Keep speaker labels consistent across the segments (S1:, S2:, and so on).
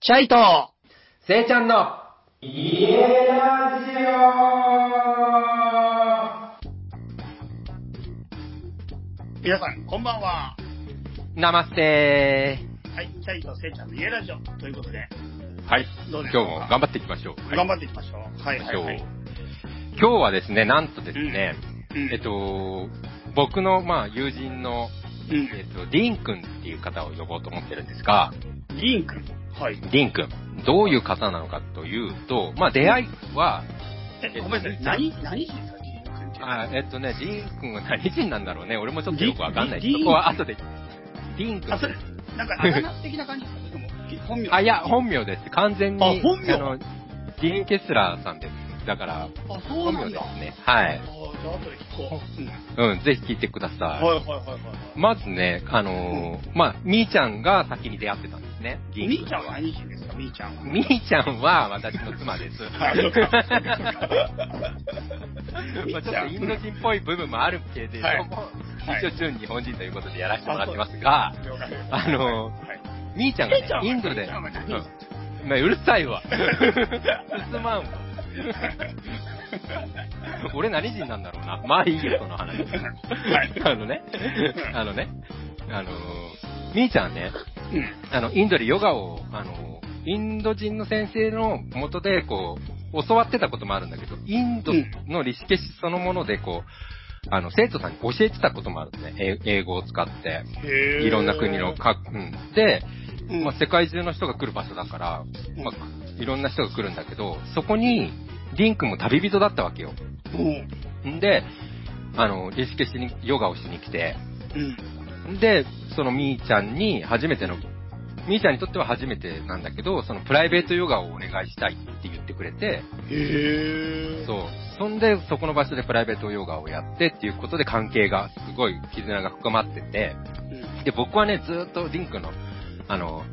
S1: シャイト
S2: せいちゃんの、家ラジ
S1: 皆さん、こんばんは。
S2: オナマステ
S1: はい、シャイト、せいちゃんの家ラジオということで、
S3: はい。
S1: どう
S3: 今
S1: です
S3: 日
S1: か
S3: も頑張っていきましょう。はい
S1: 頑張っていきましょう。はい、はい、はい。
S3: 今日今日はですね、なんとですね、
S1: うん
S3: えっ、と、僕の、まあ、友人の、
S1: うん
S3: えっと、リン君っていう方を呼ぼうと思ってるんですが、
S1: リンク。はい。
S3: リン君、どういう方なのかというと、まあ、出会いは、
S1: え、ごめんなさい。何、何人ですか、リンクっていうのは。
S3: あえっとね、リン君は何人なんだろうね。俺もちょっと
S1: リ
S3: よくわかんない。
S1: リン
S3: そこは後で。リン君
S1: あ、それ、なん か、あだ名的な感じですかそれとも、本名
S3: あ、いや、本名です。完全に、
S1: あ本名
S3: の、ディーン・ケスラーさんです。だから、
S1: あ、そう
S3: 本
S1: な
S3: 名
S1: ん
S3: で
S1: だ。
S3: すね。は
S1: あ。
S3: い
S1: じゃあ、後で聞こう。うん。はい、
S3: うん、ぜひ聞いてください。
S1: はい、はい、はい。
S3: まずね、あのーまあ、みーちゃんが先に出会ってたんですね。
S1: みーちゃんは何人ですか、みーちゃんは。
S3: みーちゃんは私の妻です。
S1: あそうかそうか そう
S3: ま
S1: か
S3: あちょっとインド人っぽい部分もあるけれども、
S1: はい
S3: 一応純日本人ということでやらせてもらってますが、
S1: 了解です
S3: あの
S1: はい
S3: みーちゃん
S1: みーちゃん
S3: が、
S1: は
S3: ね、インドで、
S1: みーちゃんは何
S3: うんまあうるさいわ。す まんわ。俺何人なんだろうな。まあいいよ、その話。
S1: はい
S3: あのね、あのね、あのー、みーちゃんね、
S1: うん
S3: あの、インドでヨガを、あの、インド人の先生の元で、こう、教わってたこともあるんだけど、インドのリシケシそのもので、こう、あの、生徒さんに教えてたこともあるんですね。え英語を使って。
S1: へー
S3: いろんな国の各、うん。で、
S1: うん
S3: まあ、世界中の人が来る場所だから、まあ、いろんな人が来るんだけど、そこに、リンクも旅人だったわけよ。
S1: うん
S3: んで、あの、リシケシにヨガをしに来て、
S1: うん
S3: で、そのみーちゃんに初めての、みーちゃんにとっては初めてなんだけど、そのプライベートヨガをお願いしたいって言ってくれて、
S1: へー
S3: そう。そんで、そこの場所でプライベートヨガをやってっていうことで関係が、すごい絆が深まってて、
S1: うん
S3: で、僕はね、ずーっとリンクの、あの、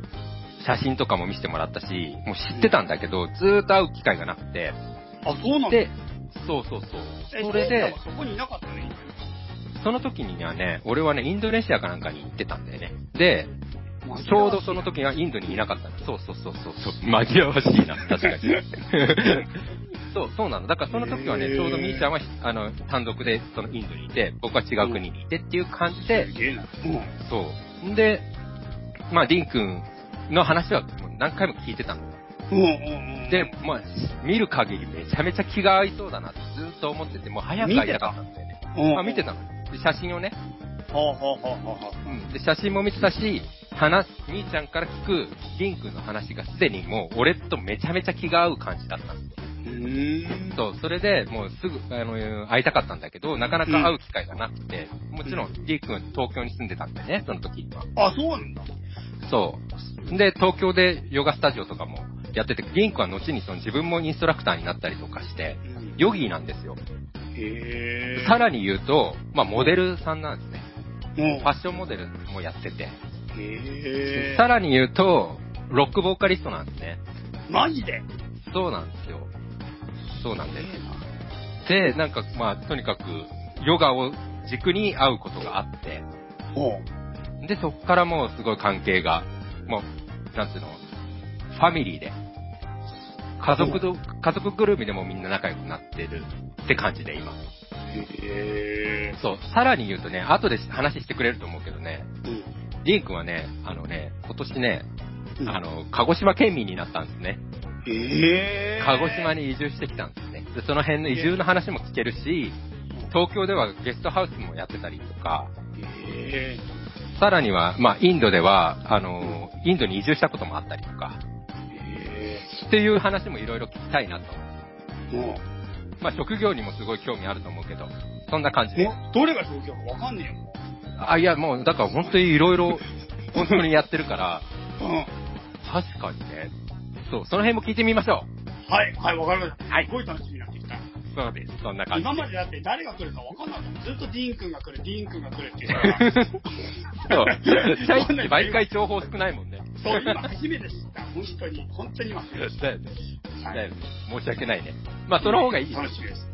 S3: 写真とかも見せてもらったし、もう知ってたんだけど、ずーっと会う機会がなくて、
S1: あ、そうなんだ。
S3: で、そうそうそう。それで
S1: え、、そこにいなかったのに。
S3: その時にはね、俺はね、インドネシアかなんかに行ってたんだよね。で、ちょうどその時はインドにいなかったの。そうそうそうそうそう。紛らわしいな、確 かに。そう、そうなの。だからその時は
S1: へ
S3: ね、
S1: ー
S3: ちょうどみーちゃんは、あの、単独で、そのインドにいて、僕は違う国にいてっていう感じで、
S1: すげえな。うん。
S3: そう。んで、まあ、りんくんの話はもう何回も聞いてたの。
S1: うんうんうん。
S3: で、まあ、見る限りめちゃめちゃ気が合いそうだなってずっと思ってて、もう早く会いたかったんだよね。
S1: うん、
S3: あ、見てたの。で写真をね、
S1: はあはあはあはあ。
S3: うんで、写真も見てたし、話、兄ちゃんから聞く、リン君の話がすでにもう、俺とめちゃめちゃ気が合う感じだったんですよ。
S1: うーん。
S3: そう、それでもうすぐ、あの、会いたかったんだけど、なかなか会う機会がなくて、もちろん、リン君東京に住んでたんでね、その時は。
S1: あ、そうなんだ。
S3: そう。で、東京でヨガスタジオとかもやってて、リン君は後にその自分もインストラクターになったりとかして、
S1: うん
S3: ヨギーなんですよ。
S1: へえ。
S3: さらに言うと、まあ、モデルさんなんですね。
S1: うん
S3: ファッションモデルもやってて。
S1: へえ。
S3: さらに言うと、ロックボーカリストなんですね。
S1: マジで
S3: そうなんですよ。そうなんです。で、なんか、まあ、とにかく、ヨガを軸に会うことがあって、
S1: ほう。
S3: で、そこからもうすごい関係が、もう、なんていうの、ファミリーで、家族ど、家族ぐるみでもみんな仲良くなってるって感じで今。
S1: へえ。
S3: そう、さらに言うとね、後で話してくれると思うけどね、リン君はね、あのね、今年ね、
S1: うん。
S3: あ、の、鹿児島県民になったんですね。
S1: へえ。
S3: 鹿児島に移住してきたんですね。で、その辺の移住の話も聞けるし、東京ではゲストハウスもやってたりとか、
S1: へえ。
S3: さらには、まあ、インドでは、あの、インドに移住したこともあったりとか、
S1: へ
S3: っていう話もいろいろ聞きたいなと。
S1: え。も
S3: まあ、職業にもすごい興味あると思うけど、そんな感じ
S1: う、
S3: で
S1: ね。、どれが東京かわかんねえよ、も
S3: あ、いや、もう、だから本当にいろいろ、本当にやってるから、
S1: う。うん。
S3: 確かにね。そう、その辺も聞いてみましょ
S1: はい、はい、わかりました。はい、すごい楽しみになってきた。
S3: う。そうです。そんな感じ
S1: 今までだって誰が来るか分かんなかったもんずっとディーン君が来る、ディーン君が来るっていう から、
S3: そう。最近毎回情報少ないもんね。
S1: そう、今初めて知った。本当に、本当に今初めて知っ
S3: だよね。
S1: た。は
S3: だよ
S1: い。
S3: ね。申し訳ないね。まあ、その方がいい。
S1: 楽しみです。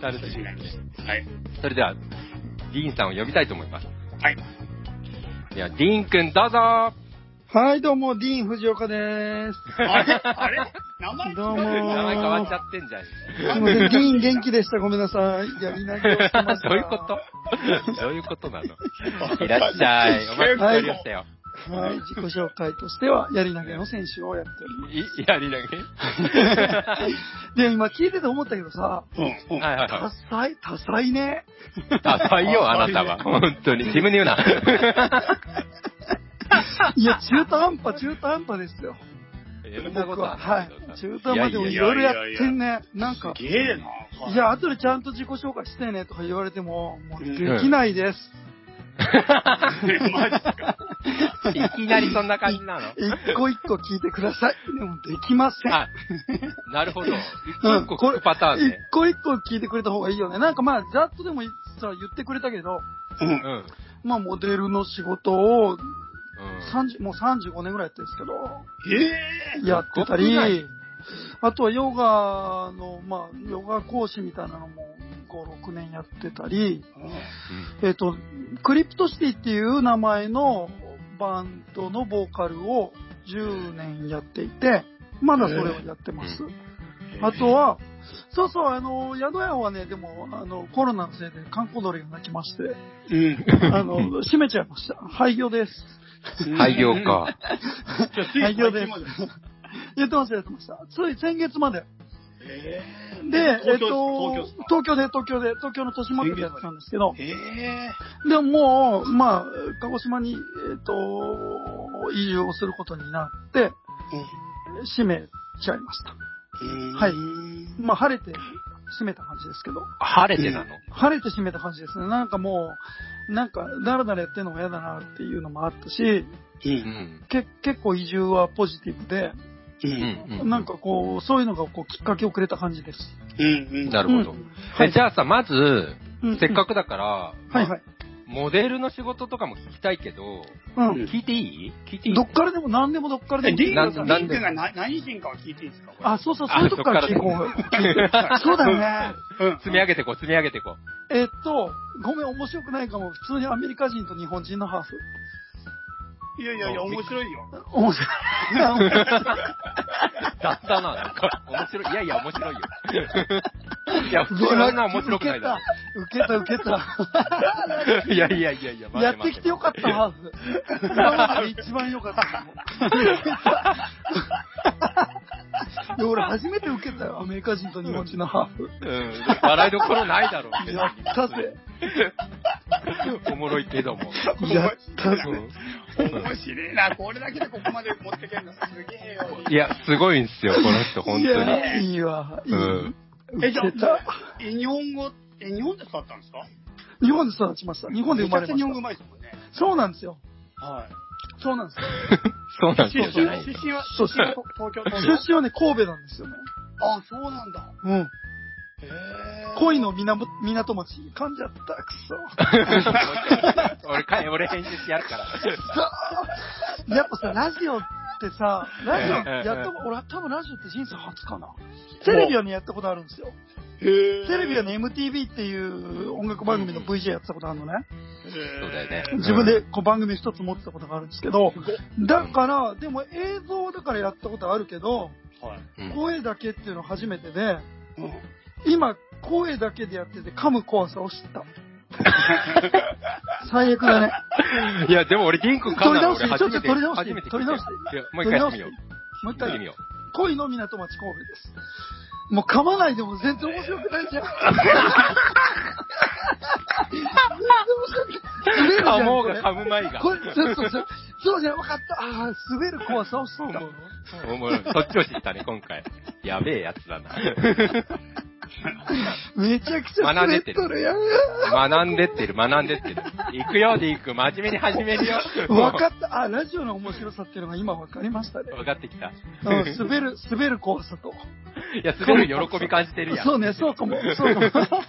S3: 楽
S1: 楽
S3: し
S1: しみ
S3: み
S1: なん
S3: だ
S1: で
S3: ね
S1: す。はい。
S3: それでは、ディーンさんを呼びたいと思います。
S1: はい。
S3: では、ディーンくんどうぞ
S4: はい、どうも、ディーン・藤岡 です。
S1: あれあれ名前違う
S4: どうも
S3: 名前変わっちゃってんじゃん。
S4: すいませんディーン元気でした。ごめんなさい。やり投げをしてまし た。
S3: どういうこと どういうことなのいらっ しゃい。お待ちしておりましたよ。
S4: はい、自己紹介としては、やり投げの選手をやっておりま
S3: い、いやり 投げ
S4: す。で、今聞いてて思ったけどさ、
S1: うん、うん。
S3: はいはいは
S4: 多彩、多彩ね。
S3: い。ダサいよ、あなたは。 本当に。自分で言うな。
S4: いや、中途半端、中途半端ですよ。
S3: そんなこ
S4: 僕
S3: とは
S4: は。はい。中途半端でもいろいろやってんね。なんか
S1: す、げえな。はい
S4: や、後でちゃんと自己紹介してねとか言われても、もうできない です。
S1: マジか。
S3: いきなりそんな感じなの
S4: 一個一個聞いてください。でもできません。
S3: あ、なるほど。
S4: うん
S3: 一個聞くパターン
S4: 一
S3: ね。
S4: 個一個聞いてくれた方がいいよね。なんかまあ、ざっとでもいさ、言ってくれたけど、
S1: うん。
S3: うん。うん。
S4: まあ、モデルの仕事を、30もう35年ぐらいやってるんですけど、
S1: え
S4: やって
S3: す
S4: た
S3: ごくな
S4: り
S3: い、
S4: あとはヨガの、まあ、ヨガ講師みたいなのも5、6年やってたり、えっ、と、クリプトシティっていう名前のバンドのボーカルを10年やっていて、まだそれをやってます。
S1: え
S4: あとは、そうそう、あの、宿屋はね、でも、あの、コロナのせいで観光鳥が鳴きま して、
S1: うん。
S4: あの、閉めちゃいました。廃業です。
S3: 廃業か。
S1: じゃあ、つい
S4: 廃業で
S1: 最近
S4: す
S1: まで
S4: 言ってました、言ってました。つい先月まで。
S1: えー
S4: で、えっ
S1: 東京
S4: と、東京で、東京で、東京の豊島区でやってたんですけど、
S1: ええ
S4: でももう、まあ、鹿児島に、えっと、移住をすることになって、閉めちゃいました。はいまあ、晴れて閉めた感じですけど。
S3: 晴れてなの
S4: 晴れて閉めた感じですね。なんかもう、なんか、だらだらやってるのも嫌だなっていうのもあったし、
S1: い。う。
S3: うんん。
S4: け結構移住はポジティブで、
S1: う。
S3: うんん。う
S4: なんか、こう、そういうのがこうきっかけをくれた感じです。
S1: うん。
S3: なるほど
S4: うん。
S3: えじゃあさ、まず、せっか
S4: く。
S3: くだから、
S4: はいはい。
S3: モデルの仕事とかも聞きたいけど、
S4: うん。
S3: 聞いていい聞いていい
S4: どっからでも何でもどっからで
S1: え
S4: も。
S1: リン
S3: なん
S1: クが、
S3: なん
S1: リン
S3: で
S1: クがな何人かは聞いていいですかこれ
S4: あ、そうそう、そういうとこから聞こう。 そうだよね。
S1: うん
S3: 積み上げてこう、積み上げてこ
S4: えっと、ごめん、面白くないかも。普通にアメリカ人と日本人のハーフ。
S1: いやいやいや、面白いよ。
S4: 面白い。
S3: う。だったな、なんか。面白い。いやいや、面白いよ。いや、普通そんな面白くないだ
S4: 受けた、受けた、受けた。
S3: ろ。いやいやいやいや、
S4: やってきてよかった、ハーフ。今までで一番よかった。いや、俺初めて受けたよ、アメリカ人と日本人のハーフ。
S3: た。うん。笑いどころないだろ。
S4: やったぜ。
S3: おもろいけども。
S4: やったぜ。
S1: 面白いな。これだけでここまで持ってけるのすげえよ。
S3: いや、すごいんすよ、この人、本
S4: い
S3: 当に。
S4: や、いいわ。いい。
S3: うん
S1: え、
S4: 受
S1: じゃ
S4: けた。
S1: あ、え日本語、え、日本で育ったんですか
S4: 日本で育ちました。日本で生まれ
S1: めちゃくちゃ
S4: ま
S1: 日
S4: し
S1: 本語
S4: た。
S1: うまいですもんね。
S4: そうなんですよ。
S1: はい。
S4: そうなんですよ。
S3: そうなんです
S1: 出
S3: よ、じゃ
S1: 身
S3: な。
S1: はい出身は
S4: そう
S1: 東京都
S4: 出身はね、神戸なんですよね。
S1: あ、そうなんだ。
S4: うん。
S1: へえ。
S4: 恋の港港町、噛んじゃった、くそ。
S3: 俺、か俺編集してやるから。
S4: やっぱさ、ラジオってさ、ラジオやったこと、俺多分ラジオって人生初かな。テレビはね、やったことあるんですよ。
S1: へえ。
S4: テレビはね、MTV っていう音楽番組の VJ やってたことあるのね。
S1: へえ。
S3: そうだよね。
S4: 自分でこう番組一つ持ってたことがあるんですけど、だから、でも映像だからやったことあるけど、
S1: はい。
S3: うん。うん
S4: 声だけっていうの初めてで、
S1: うん。
S4: 今、声だけでやってて噛む怖さを知 った。最悪だね。
S3: いや、でも俺、リンク噛んだの俺初めて。
S4: ちょっと取り直して
S3: 初めて聞いた
S4: 取り直して
S3: いや、もう一回やってみよう。
S4: もう一
S3: やって
S4: 回
S3: み、よ
S4: 恋の港町神戸です。もう噛まないでも全然面白くないじゃん。
S3: う。噛もうが
S4: 全然面白くない。滑るじゃん。
S3: 噛む前が。
S4: これ、これそうそうそう。そうじゃん、分かった。ああ、滑る怖さを知った。
S3: おもろいそっちを知ったね、今回。やべえやつだな。
S4: めちゃくちゃ滑っとるやん。
S3: 学んでってる、学んでってる。行くよ、リンク。真面目に始めるよ。
S4: 分かった。あ、ラジオの面白さっていうのが今分かりましたね。
S3: 分かってきた。い
S4: うん滑る、滑る怖さと。
S3: や、すごい喜び感じてるやん。
S4: そうね、そうかも、そうかも。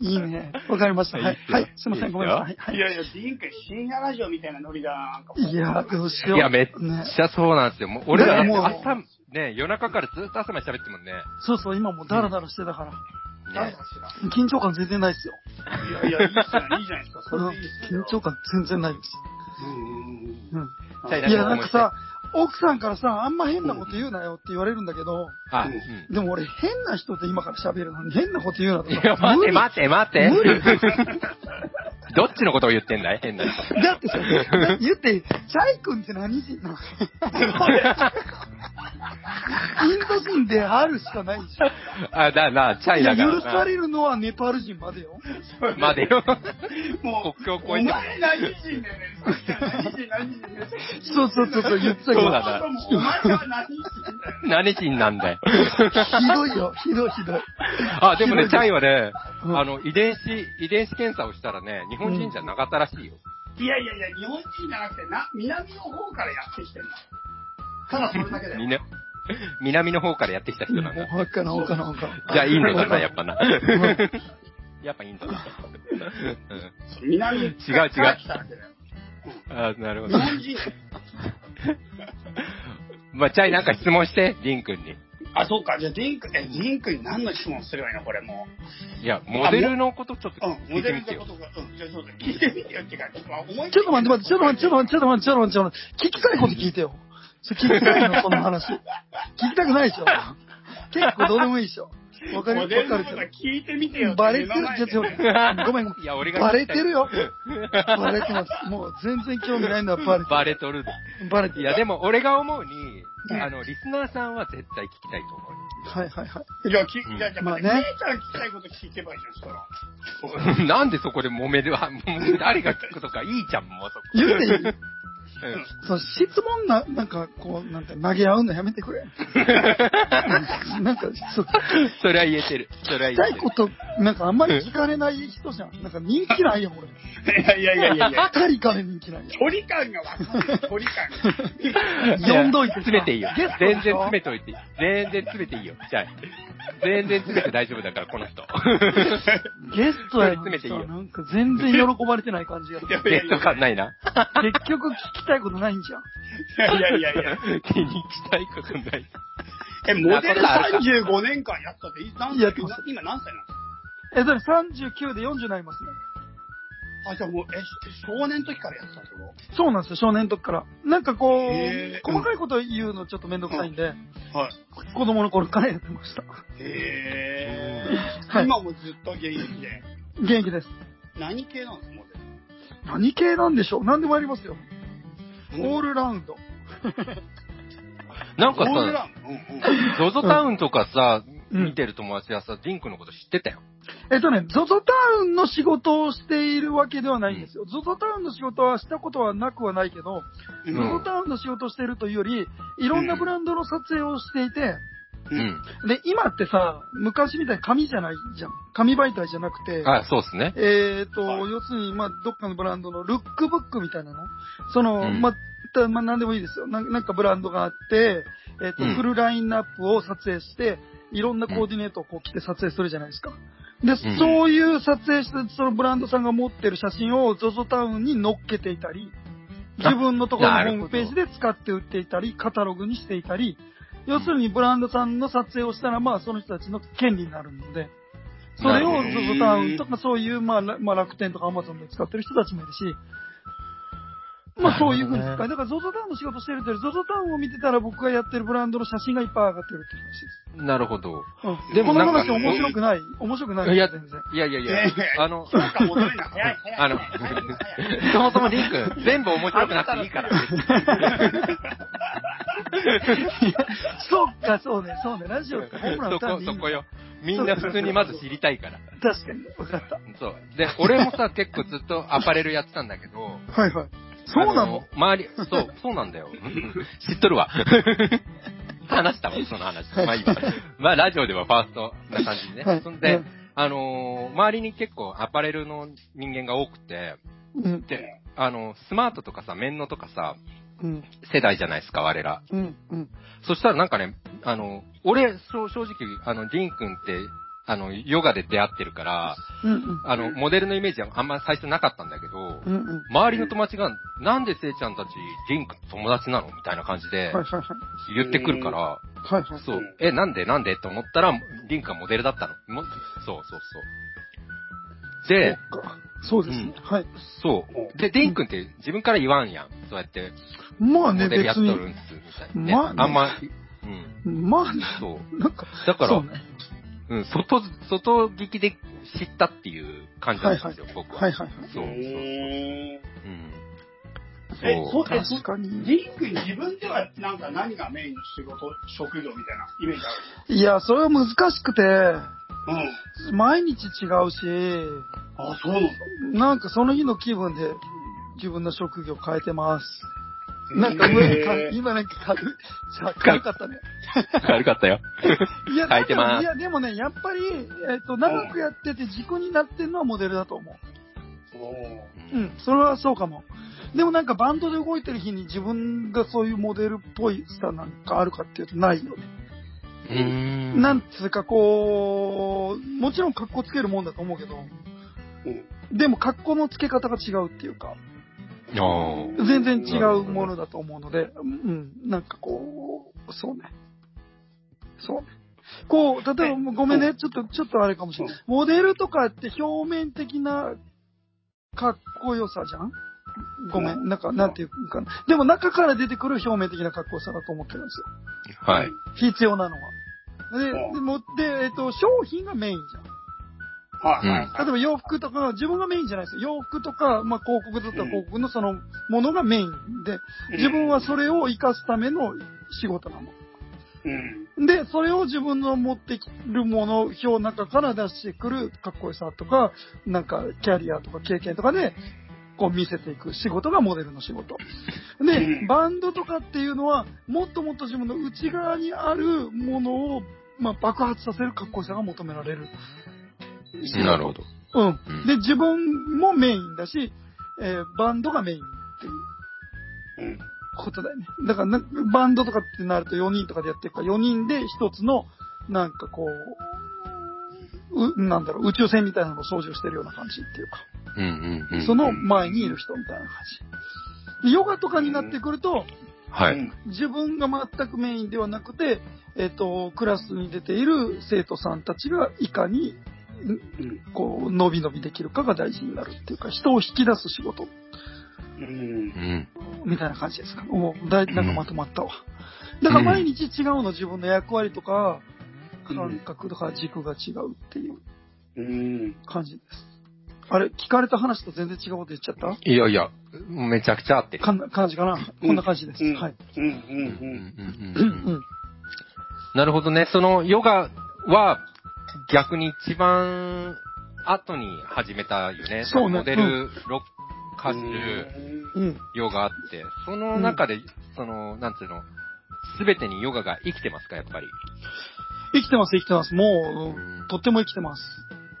S4: いいね。わかりました。はい
S3: いいっ。すよ
S4: はい。すいません、ごめんなさい。はい
S1: やいや、リンク、深夜ラジオみたいなノリだな。なんか
S4: いいや、どうしよう。
S3: いや、めっ
S4: ね。
S3: ちゃそうなんですよ。もう俺ら
S4: ねもう
S3: 朝、ね、夜中からずっと朝まで喋ってるもんね。
S4: そうそう、今もうダラダラしてたから。
S1: 誰
S3: ね
S1: かしら。
S4: 緊張感全然ないですよ。
S1: いやいや、いいじゃないいいじゃないですか。それ
S4: うん
S1: でいいです
S4: 緊
S1: よ。
S4: 張感全然ないです。うん。
S3: チャイナ
S4: い
S3: に
S4: や、
S3: 思
S4: ないん
S3: 出
S4: か
S3: して
S4: さ、奥さんからさ、あんま変なこと言うなよって言われるんだけど、
S3: あ、う
S1: うん
S3: ん。
S4: でも俺変な人って今から喋るのに変なこと言うなと
S3: いや、
S4: か。
S3: 待っ
S4: 無
S3: て
S4: 理
S3: 待って待って
S4: 無理。
S3: どっちのことを言ってんだい変な人。
S4: だってさ、だ って言って、チャイ君って何人な のインド人であるしかないじゃ
S3: あ、だな、チャ
S4: ん。い
S3: イ
S4: や、
S3: ナ
S4: 許
S3: が。
S4: されるのはネパール人までよ。
S3: までよ。
S1: もう、
S3: 国境を越え
S1: お
S3: ても
S1: 前何人だよね。何人何人めっちゃ
S4: そうそうそう、そう言ってた
S3: そ
S4: けど
S3: うだな
S1: でもお前は何人だよ。
S3: 何人なんだよ。
S4: ひどいよ、ひどいひどい。
S3: あ、でもね、チャイはね、
S4: うん
S3: あの、遺伝子、遺伝子検査をしたらね、日本人じゃなかったらしいよ。
S1: いやいやいや、日本人じゃなくて、な、南の方からやってきてるんだ。ただそれだけだ
S3: み
S1: よ。
S3: な、 南の方からやってきた人なんだ。
S4: ほっかな、ほっかな、ほっかな。
S3: じゃあ、インドだな、や
S4: ぱ。
S3: っぱな。やっぱインドだな。うん
S1: 南違う違う。から来たわけだよ
S3: あ、なるほ
S1: 日
S3: ど。
S1: 本人だよ。
S3: まあ、チャイなんか質問して、リン君に。
S1: あ、そうか。じゃあ、ディンク、え、ディンクに何の質問すればいいのこれも
S3: いや、モデルのことちょっと
S1: う。うん、
S3: 聞
S1: モ
S3: い
S1: デ
S3: て
S1: ルの
S3: みて
S1: こ
S3: よ。
S1: とが、うん、じゃあそうだ。聞いてみてよっていうか、ちょっと思い
S4: ちょっと待って待って、ちょっと待って、ちょっと待って、ちょっと待って、ちょっと待って、ちょっと待って。聞きたいこと聞いてよ。それ聞きたいの、この話。聞きたくないでしょ。結構どうでもいいでしょ。わかる、
S1: モ
S4: わ
S1: デルの
S4: かる
S1: こ
S4: け
S1: と
S4: ど
S1: が。聞いてみてよって
S4: バレて
S1: 目の前
S4: る、
S1: で
S4: ちょ、ちょ、ごめん。
S3: いや、俺が。
S4: バレてるよ。バレてます。もう全然興味ないのはバレて
S3: バレとる。
S4: る。バレて
S3: い
S4: る。
S3: や、でも俺が思うに、
S1: うん
S3: あの、リスナーさんは絶対聞きたいと思う。
S4: はいはいはい。
S1: じゃあ、きじゃあ、じゃあ、
S4: まあ
S1: ま
S4: ね
S1: あ、ね、姉ちゃん聞きたいこと聞けばいいじゃん、そしたら。
S3: なんでそこで揉めるわ、もう誰が聞くとか、いいじゃん、もうそこ。
S4: 言っていい
S3: うん
S4: その質問な、なんかこう、なんて投げ合うのやめて くれ。なんか、そう、
S3: それは言えてる。それは
S4: 聞き
S3: 言
S4: た
S3: え
S4: い
S3: て
S4: こ
S3: る。
S4: と、なんかあんまり聞かれない人じゃん。なんか人気ないよ、俺。
S1: いやいやいやいやいや。
S4: 二人から人気ないよ。
S1: 距離感がわかんない。距離感が。
S4: 呼んどいてさ
S3: 詰めていいよ。
S4: ゲ
S3: 全
S4: ストでしょ
S3: 然詰めといていい。全然詰めていいよ。じゃあ、全然詰めて大丈夫だから、こ の人。
S4: ゲストやの
S3: 詰め
S4: に
S3: て
S4: さ、
S3: いいよ
S4: なんか全然喜ばれてない感じが。
S1: いやい
S3: ゲ
S1: や
S3: ス
S1: い
S3: ト感ないな。
S4: 結局聞きたいことないんじゃん。
S1: やいやいやいや。
S3: 気にしたいことない。
S1: え、モデル35年間やったって、い何
S4: やっ
S1: 歳
S4: てます
S1: 今何歳なの
S4: え、だって39で40になりますね。
S1: あ、じゃあもう、え、少年の時からやってたってこ
S4: そうなんですよ、少年の時から。なんかこ
S1: へー
S4: う、細かいこと言うのちょっとめんどくさいんで、
S1: とはい。
S4: 子供の頃からやってました。
S1: へ
S4: は
S1: ー。
S4: い
S1: 今もずっと現役で。
S4: 元気です。
S1: 何系なのモデ
S4: 何系なんでしょう何でもありますよ。
S1: ル。
S4: オールラウンド。
S3: なんか
S1: オールラ
S3: さ、
S1: ウンドうんうん。
S3: ゾゾタウンとかさ、
S4: うん
S3: 見てる友達はさ、リンクのこと知ってたよ。
S4: えっとね、ZOZO タウンの仕事をしているわけではないんですよ。ZOZO タウンの仕事はしたことはなくはないけど、
S1: うん
S3: うん
S4: ZOZO タウンの仕事をしているというより、いろんなブランドの撮影をしていて、
S3: う
S1: うんん。
S4: で、今ってさ、昔みたいに紙じゃないじゃん。紙媒体じゃなくて、
S3: あ、そうっすね。
S4: えーと、
S1: はい
S4: 要するに、まあ、どっかのブランドのルックブックみたいなのその、
S3: うん
S4: また、まあ、なんでもいいですよ。なんなんかブランドがあって、えーと、
S3: うん
S4: フルラインナップを撮影して、いろんなコーディネートをこう着て撮影するじゃないですか。で、
S3: ん
S4: そういう撮影して、そのブランドさんが持ってる写真を ZOZO タウンに載っけていたり、
S3: あ
S4: 自分のところ
S3: な
S4: の
S3: る
S4: ホ
S3: ほど
S4: ームページで使って売っていたり、カタログにしていたり、要するにブランドさんの撮影をしたら、まあ、その人たちの権利になるので、それ
S3: な
S4: を
S3: る
S4: ZOZO タウンとかそういう、まあ、らまあ、楽天とか Amazon で使ってる人たちもいるし、まあそういうふうに使
S3: な
S4: う。だ
S3: る
S4: か
S3: ほ
S4: ら ZOZO タウンの仕事してるというより ZOZO タウンを見てたら僕がやってるブランドの写真がいっぱい上がってるって話です。
S3: なるほど。
S4: うん、
S3: でも
S4: この
S3: なん
S4: 話
S3: か
S4: 面白くない面白くない
S3: いや
S4: 全然。
S3: いやいやい
S1: ええ
S3: や、あの、
S1: なんか戻れない。早い、早い。
S3: あの
S1: 早い、早い。、
S3: そもそもリンク、全部面白くなくていいから。
S4: そっか、そうね、そうね、ラジオってホームラン
S3: そ
S4: 打たん
S3: こ、
S4: でいい
S3: そ
S4: ん
S3: こ
S4: だ
S3: よ。みんな普通にまず知りたいから。
S4: 確かに、わかった。
S3: そう。で、俺もさ、結構ずっとアパレルやってたんだけど、
S4: はいはい。そうな
S3: あ
S4: の
S3: 周り、そう、そうなんだよ。 知っとるわ。 話したわ、その話。まあいいわ。まあラジオではファーストな感じでね。
S4: はい
S3: そんで、
S4: うん
S3: あのー周りに結構アパレルの人間が多くて、
S4: うん、
S3: で、あの、スマートとかさ、面のとかさ、
S4: うん、
S3: 世代じゃないですか、我ら。
S4: うん、うん。
S3: そしたらなんかね、あの、俺、そう正直、あの、リン君って、あの、ヨガで出会ってるから、
S4: うん、
S3: あの、モデルのイメージはあんま最初なかったんだけど、
S4: うん、うん。は
S3: 周りの友達が、なんでせいちゃんたち、リン君と友達なのみたいな感じ
S4: い
S3: で
S4: はいはい。
S3: 言ってくるから、
S4: はいはい。
S3: そう、え、なんでなんでと思ったら、リン君がモデルだったの。もそうそうそう。で、
S4: そっかそうですね。はい。
S3: そう。で、デン君って自分から言わんやん。そうやって、
S4: まあ
S3: モ
S4: ね、
S3: デル
S4: 別
S3: やっとるん
S4: に。
S3: す、みたいな、ね。
S4: まあね
S3: あんま、うん。
S4: まあね、
S3: そう。
S4: なんか、
S3: だから、
S4: そう
S3: う
S4: ね。
S3: ん、外、外聞きで知ったっていう感じなんですよ、僕は。
S4: はいはいはい。
S3: そうそうそう。
S1: え
S3: うん。
S1: え、そう え
S4: 確かに
S1: リンクに自分ではなんか何がメインの仕事、職業みたいなイメージ
S4: いや、それは難しくて、
S1: ある。
S4: 毎日違うし、
S1: うん。あ、そうなんだ。
S4: なんかその日の気分で自分の職業変えてます。なんか上にか、
S1: えー
S4: 今なんか軽い、じゃあ軽かったね。
S3: 悪かったよ。
S4: いや、
S3: 変えてま
S4: い
S3: す
S4: や、でもね、やっぱり、えっ、と、長くやってて軸になってるのはモデルだと思う。
S1: おー
S3: う
S4: う。ん、それはそうかも。でもなんかバンドで動いてる日に自分がそういうモデルっぽいさなんかあるかっていうとないよね。
S3: うん。
S4: なんつうかこう、もちろん格好つけるもんだと思うけど、
S1: うん
S4: でも格好のつけ方が違うっていうか、
S3: あー
S4: 全然違うものだと思うので、うん、なんかこう、そうね。そうね。こう、例えば、もうごめんね、ちょっと、ちょっとあれかもしれない。モデルとかって表面的なかっこよさじゃんごめん、なんか、なんていうかな。でも中から出てくる表面的なかっこよさだと思ってるんですよ。
S3: はい。
S4: 必要なの
S1: う
S4: は。
S1: ん
S4: で、でも、で、えっと、商品がメインじゃん。
S1: はいはい
S4: 例えば洋服とか、自分がメインじゃないですよ。洋服とか、まあ、広告だったら広告のそのものがメインで、自分はそれを活かすための仕事なの。
S1: うん。
S4: で、それを自分の持ってきるもの、表の中から出してくるかっこよさとか、なんかキャリアとか経験とかで、こう見せていく仕事がモデルの仕事。
S1: う
S4: で
S1: ん、
S4: バンドとかっていうのは、もっともっと自分の内側にあるものを、まあ、爆発させるかっこよさが求められる。
S3: なるほど。
S4: うん
S3: うん。
S4: で、自分もメインだし、えーバンドがメインってい
S1: う
S4: う
S1: ん。
S4: ことだよね。だからな、バンドとかってなると4人とかでやってるから、4人で一つの、なんかこう、う、なんだろう、宇宙船みたいなのを操縦してるような感じっていうか、
S3: うんうんうん。
S4: その前にいる人みたいな感じ。でヨガとかになってくると、
S3: は
S1: う
S3: い。
S1: ん
S4: 自分が全くメインではなくて、えっ、と、クラスに出ている生徒さんたちがいかに、
S1: うん
S4: こう、伸び伸びできるかが大事になるっていうか、人を引き出す仕事
S1: うん
S3: う。ん。
S4: みたいな感じですか。もう、だいなんかまとまったわ。だから毎日違うの、自分の役割とか、
S1: うん
S4: 感覚とか軸が違うっていう
S1: うん。
S4: 感じです。あれ、聞かれた話と全然違うこと言っちゃった
S3: いやいや、めちゃくちゃ合ってる。
S4: かん感じかなこんな感じです。
S1: うん
S4: はい。
S1: うん
S3: う
S1: うんうん。
S3: ん
S4: う
S3: うんん
S4: う
S3: うんうん
S4: ん。
S3: なるほどね。そのヨガは逆に一番後に始めたよね。
S4: そうね
S3: モデル6歌手、
S1: う
S4: うん。
S3: ヨガあって、その中で、その、なんつうの、すべてにヨガが生きてますか、やっぱり。
S4: 生きてます、生きてます。も
S3: うん
S4: う、とっても生きてます。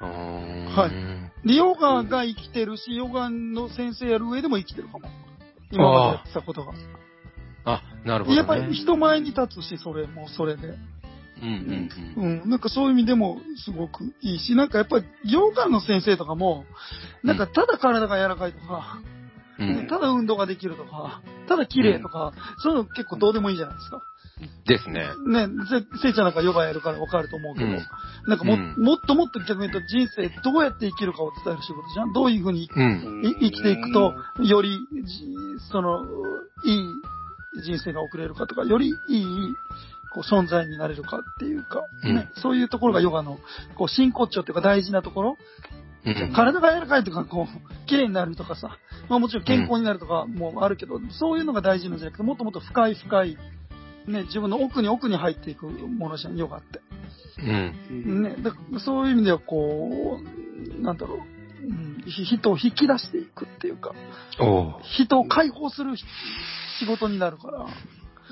S3: はい
S4: で、ヨガが生きてるし、ヨガの先生やる上でも生きてるかも。今までやってたことが。
S3: あ、なるほど、ね。
S4: やっぱり人前に立つし、それもそれで。
S3: うんうんうん。
S4: うん、なんかそういう意味でもすごくいいし、なんかやっぱり、ヨガの先生とかも、なんかただ体が柔らかいとか、
S3: うん
S4: ただ運動ができるとか、ただ綺麗とか、そういうの結構どうでもいいじゃないですか。
S3: ですね。
S4: ね、せ、せいちゃんなんかヨガやるからわかると思うけど、
S3: うん
S4: なんかも、
S3: うん
S4: もっともっと逆に言うと人生どうやって生きるかを伝える仕事じゃんどういうふうに
S3: うん。
S4: い生きていくと、よりじ、その、いい人生が送れるかとか、よりいい、こう、存在になれるかっていうか、ねそういうところがヨガの、こう、真骨頂っていうか大事なところ、
S3: うん。
S4: 体が柔らかいとか、こう、綺麗になるとかさ、まあもちろん健康になるとかもあるけど、そういうのが大事なんじゃなくて、もっともっと深い深い、ね、自分の奥に奥に入っていくものじゃん、ヨガって。
S3: うん。
S1: うん。
S4: ね、だからそういう意味では、こう、なんだろう、うん、ひ人を引き出していくっていうか、
S3: お
S4: 人を解放する仕事になるから、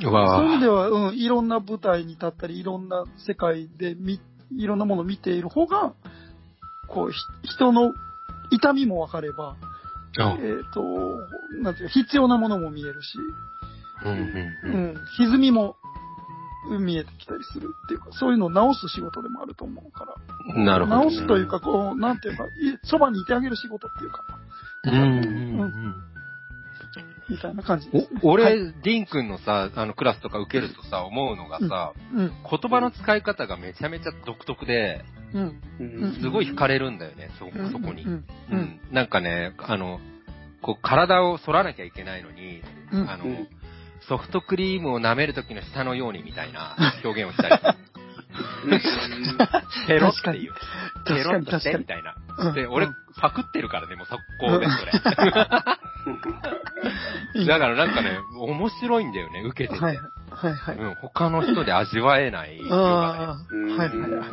S3: うわ
S4: そういう意味で
S3: は、
S4: は、うん、いろんな舞台に立ったり、いろんな世界でみ、いろんなものを見ている方が、こう、ひ人の痛みも分かれば、えっ、と、なんていうか、必要なものも見えるし、
S3: うん
S4: う
S3: うんうん。
S4: ん、歪みもうん見えてきたりするっていうか、そういうのを直す仕事でもあると思うから、
S3: なるほど、
S4: 直すというか、こう、なんていうか、いそばにいてあげる仕事っていうか、
S3: うんうんうん。
S4: みたいな感じです、ね。
S3: お俺、
S4: はい
S3: ディン君のさ、あの、クラスとか受けるとさ、思うのがさ、
S4: うん。
S3: 言葉の使い方がめちゃめちゃ独特で、
S4: うん。
S1: うん
S3: すごい惹かれるんだよね、そ、そこに
S4: う。ん。
S3: う
S4: うん。
S3: ん。なんかね、あの、こう、体を反らなきゃいけないのに、
S4: うん
S3: あの
S1: うん、
S3: ソフトクリームを舐めるときの下のようにみたいな表現をしたり、ペロっていう。ペ
S4: 確か
S3: ロっ
S4: に
S3: としてみ
S4: 確
S3: たいな。
S4: かに。
S3: で、
S4: うん
S3: 俺
S4: うん、
S3: パクってるからね、もう速攻で、それ。
S4: いい
S3: だからなんかね、面白いんだよね、受けてて。
S4: はいはいはい。
S3: うん、他の人で味わえない色がね。
S4: ああ、
S1: うん
S4: はいはいはい。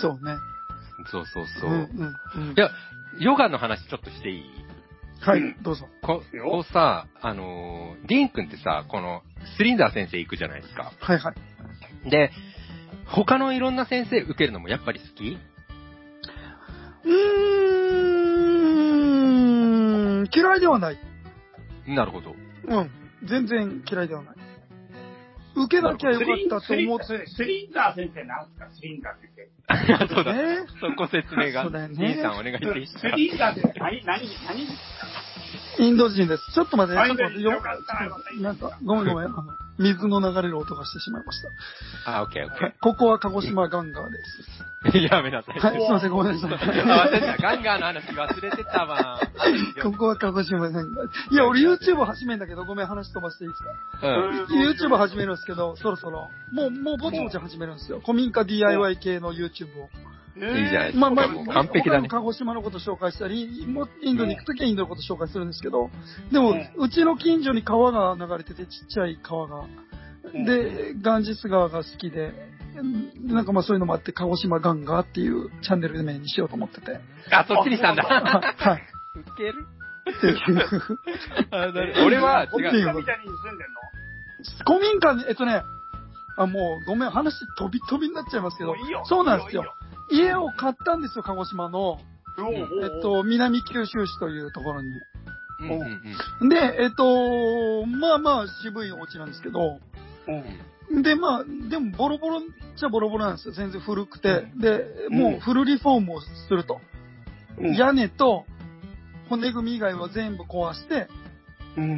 S4: そうね。
S3: うん。そうそうそう。
S4: うんうんうん
S3: いや、ヨガの話ちょっとしていい
S4: はい、どうぞ。
S3: こ
S1: いいよ
S3: こうさ、あのー、ディン君ってさ、この、スリンダー先生行くじゃないですか。
S4: はいはい。
S3: で、他のいろんな先生受けるのもやっぱり好き
S4: うーん、嫌いではない。
S3: なるほど。
S4: うん。全然嫌いではない。受けなきゃよかったと思って。
S1: スリンダー先生なんすかスリンダー先生。
S3: そうだ。
S4: ね
S3: そこ説明が。
S4: そうだよね
S3: ディーンさんお願いしていいです
S1: ス
S3: か
S1: リンダー先生、何、何、何
S4: インド人です。ちょっと待って、
S1: あ
S4: ちょっと待って、
S1: インド人よかったよかった
S4: なんか、ごめんごめん。あの、水の流れる音がしてしまいまし
S3: あ、オッケーオッ
S4: た。はい。ここは鹿児島ガンガーです。
S3: ケ ー。やめなさい。
S4: はい、すいません、ごめん なさ
S3: あ、私
S4: い。
S3: たガンガーの話忘れてたわ。
S4: ここは鹿児島ガンガーです。いや、俺 YouTube 始めんだけど、ごめん、話飛ばしていいですか
S3: うん。
S4: YouTube 始めるんですけど、そろそろ、もう、もうぼちぼち始めるんですよ。古民家 DIY 系の YouTube を。
S3: いいじゃないですか
S4: まあま
S3: も
S4: あ
S3: う、完璧だね
S4: 他の鹿児島のこと紹介したり、もうインドに行くときはインドのこと紹介するんですけど、でも、うちの近所に川が流れてて、ちっちゃい川が。
S1: うん
S4: で、ガンジス川が好きで、なんかまあそういうのもあって、鹿児島ガンガーっていうチャンネル名にしようと思ってて。
S3: あ、そっちにした んだ。
S4: はい。
S3: ウケる
S4: っていう。
S3: 俺は
S1: 違う。
S3: 違う。
S1: みたいに住んでんの
S4: 古民家に、えっとね、あ、もうごめん、話飛び飛びになっちゃいますけど
S1: もういいよ、
S4: そうなんですよ。。家を買ったんですよ、鹿児島の、
S1: いいよ
S4: えっ、と、南九州市というところに。
S3: うんうんうん
S4: で、えっと、まあまあ渋いお家なんですけど、で、まあ、でもボロボロっちゃボロボロなんですよ。全然古くて。で、もうフルリフォームをすると。
S1: うん、
S4: 屋根と骨組み以外は全部壊して、
S1: うん、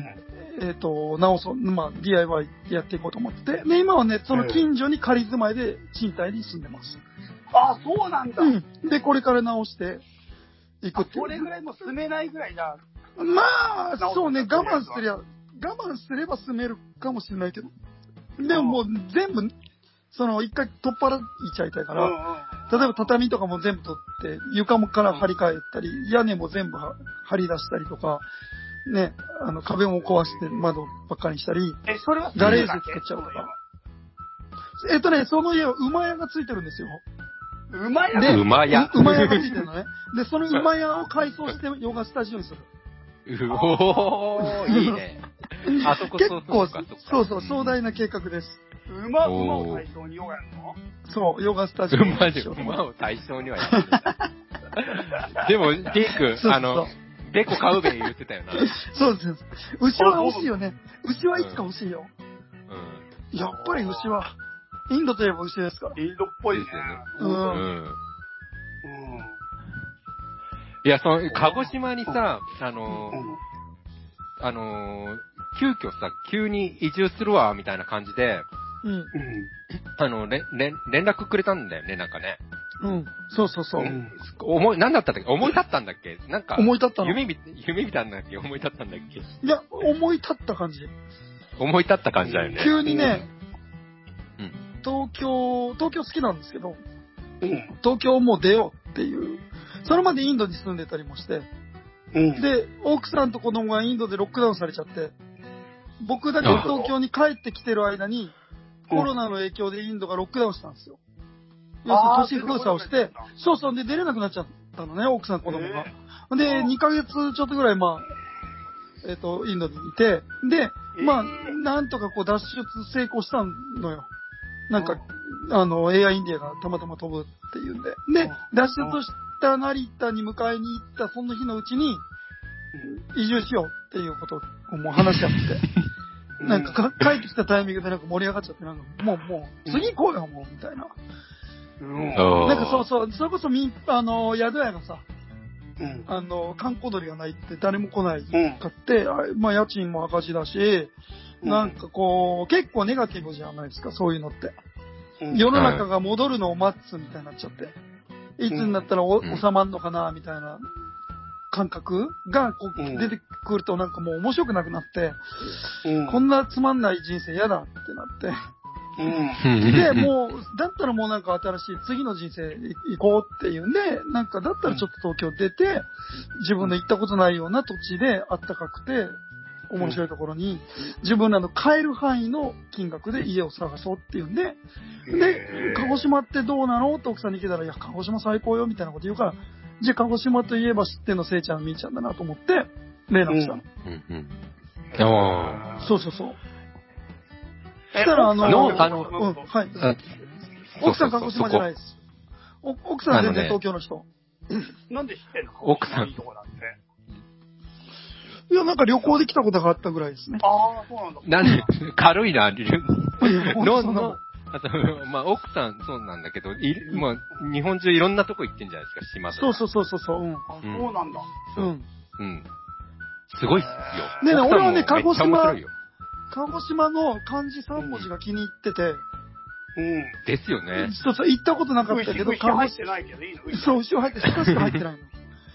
S4: えっ、と、直そう、まあ、DIY やっていこうと思ってて。で、今はね、その近所に仮住まいで賃貸に住んでます。
S1: あ、そうなんだ。
S4: うん。で、これから直していくっていう。
S1: これぐらいもう住めないぐらいじゃん。
S4: まあ、そうね、
S1: 直
S4: 我
S1: ったや
S4: 慢
S1: つは
S4: すりゃ、我慢すれば住めるかもしれないけど。でももう全部、その一回取っ払いちゃいたいから、例えば畳とかも全部取って、床もから張り替えたり、屋根も全部は張り出したりとか、ね、あの壁も壊して窓ばっかりにしたり、
S1: え、それは
S4: ガレージ作っちゃうとか。えっとね、その家は馬屋がついてるんですよ。
S1: うまいや
S4: で
S1: つ。
S3: 馬屋。
S4: う馬屋がついてる のね。で、その馬屋を改装してヨガスタジオにする。
S3: う おー、いい ね。あそこ
S4: 結
S3: そうそう
S4: 構、
S3: かか
S4: そうそう、壮大な計画です。
S1: うま、うまを対象にようやるの
S4: そう、ヨガスタジオに
S3: 馬で、
S4: しようと思って
S3: 馬を対象にはやってるでも、ディーク
S4: そうそう
S3: あの、デコ買うべ言ってたよな。う
S4: そうです。牛は欲しいよね。牛はいつか欲しいよ。やっぱり牛は。インドといえば牛ですから。
S1: インドっぽいね。
S4: うん
S3: ん。 うん。いや、その、鹿児島にさ、あの、あの、急遽さ、急に移住するわ、みたいな感じで、
S4: うん。
S3: あの、れんれん連絡くれたんだよね、なんかね。
S4: うん。そうそうそう。
S3: 思い、なんだったんだっけ思い立ったんだっけなんか、
S4: 思い立ったの
S3: 夢み、夢みたいなんだっけ思い立ったんだっけ
S4: いや、思い立った感じ。
S3: 思い立った感じだよね。
S4: 急にね
S3: うん、
S4: 東京、東京好きなんですけど、
S1: うん。
S4: 東京もう出ようっていう。それまでインドに住んでたりもして、
S1: うん。
S4: で、奥さんと子供がインドでロックダウンされちゃって、僕だけ東京に帰ってきてる間に、コロナの影響でインドがロックダウンしたんですよ。
S1: あー
S4: 要するに都市封鎖をし
S1: そういう
S4: て
S1: ことなんだ、
S4: そうそう、で出れなくなっちゃったのね、奥さん子供が。
S1: あ
S4: で、
S1: ー
S4: 2ヶ月ちょっとぐらい、まあ、えっ、と、インドにいて、で、まあ、
S1: えー
S4: なんとかこう脱出成功したのよ。なんか、あの、エアインディアがたまたま飛ぶっていうんで。で、脱出した成田に迎えに行ったその日のうちに、移住しようっていうことをもう話し合って、なんかか帰ってきたタイミングでなんか盛り上がっちゃって、なんかもうもう、次行こうよもう、みたいな。
S1: うん。
S3: おー
S4: なんかそうそう、それこそみん、あの、宿屋がさ、
S1: うん。
S4: あの、観光鳥がないって誰も来ない
S1: うん
S4: かって、あまあ家賃も赤字だし、なんかこう、結構ネガティブじゃないですか、そういうのって。
S1: うん
S4: 世の中が戻るのを待つみたいになっちゃって、いつになったらお
S3: うん
S4: 収まるのかな、みたいな感覚がこ
S1: う
S4: う
S1: ん
S4: 出てくるとなんかもう面白くなくなって、
S1: うん
S4: こんなつまんない人生嫌だってなっ
S1: う
S4: て、
S1: ん
S4: で、もう、だったらもうなんか新しい次の人生行こうっていうんで、なんかだったらちょっと東京出て、自分の行ったことないような土地であったかくて、面白いところに、自分らの買える範囲の金額で家を探そうっていうんで、で、鹿児島ってどうなのって奥さんに聞いたら、いや、鹿児島最高よみたいなこと言うから、じゃあ鹿児島といえば知ってんのせいちゃん、みーちゃんだなと思って、連絡したの。
S3: うんうんあ
S4: そうそうそう。
S1: え
S4: したらあの
S3: のあ
S4: う
S3: の
S4: ん、はい。
S3: ーあ
S4: 奥さん
S3: そ
S4: 鹿
S3: うそうそう
S4: 児島じゃないです。お奥さんは全然東京の人。
S1: なんで知ってんの
S3: 奥さん
S1: いいとこだって。
S4: いや、なんか旅行で来たことがあったぐらいですね。
S1: ああ、そうなんだ。
S3: なんで、軽いな、理由の、
S4: そんなもん
S3: の、あと、まあ、奥さんそうなんだけど、いまあ、日本中いろんなとこ行ってんじゃないですか、島とか
S4: そうそうそうそうそう。うん。
S1: あそうなんだ。
S4: うん。
S3: うん。すごいっすよ。
S4: ねえねえ
S3: 奥さんも
S4: 俺はね鹿児島
S3: めっちゃ面白いよ
S4: 鹿児島の漢字3文字が気に入ってて、
S1: うん。
S3: ですよね。
S4: そうそう、行ったことなかっ
S1: ウイ
S4: た
S1: シ
S4: け
S1: ウ
S4: ど、
S1: イシ入
S4: 鹿児
S1: ってないけどいいのウイシ
S4: そう、後ろ入って、しかしか入ってないの。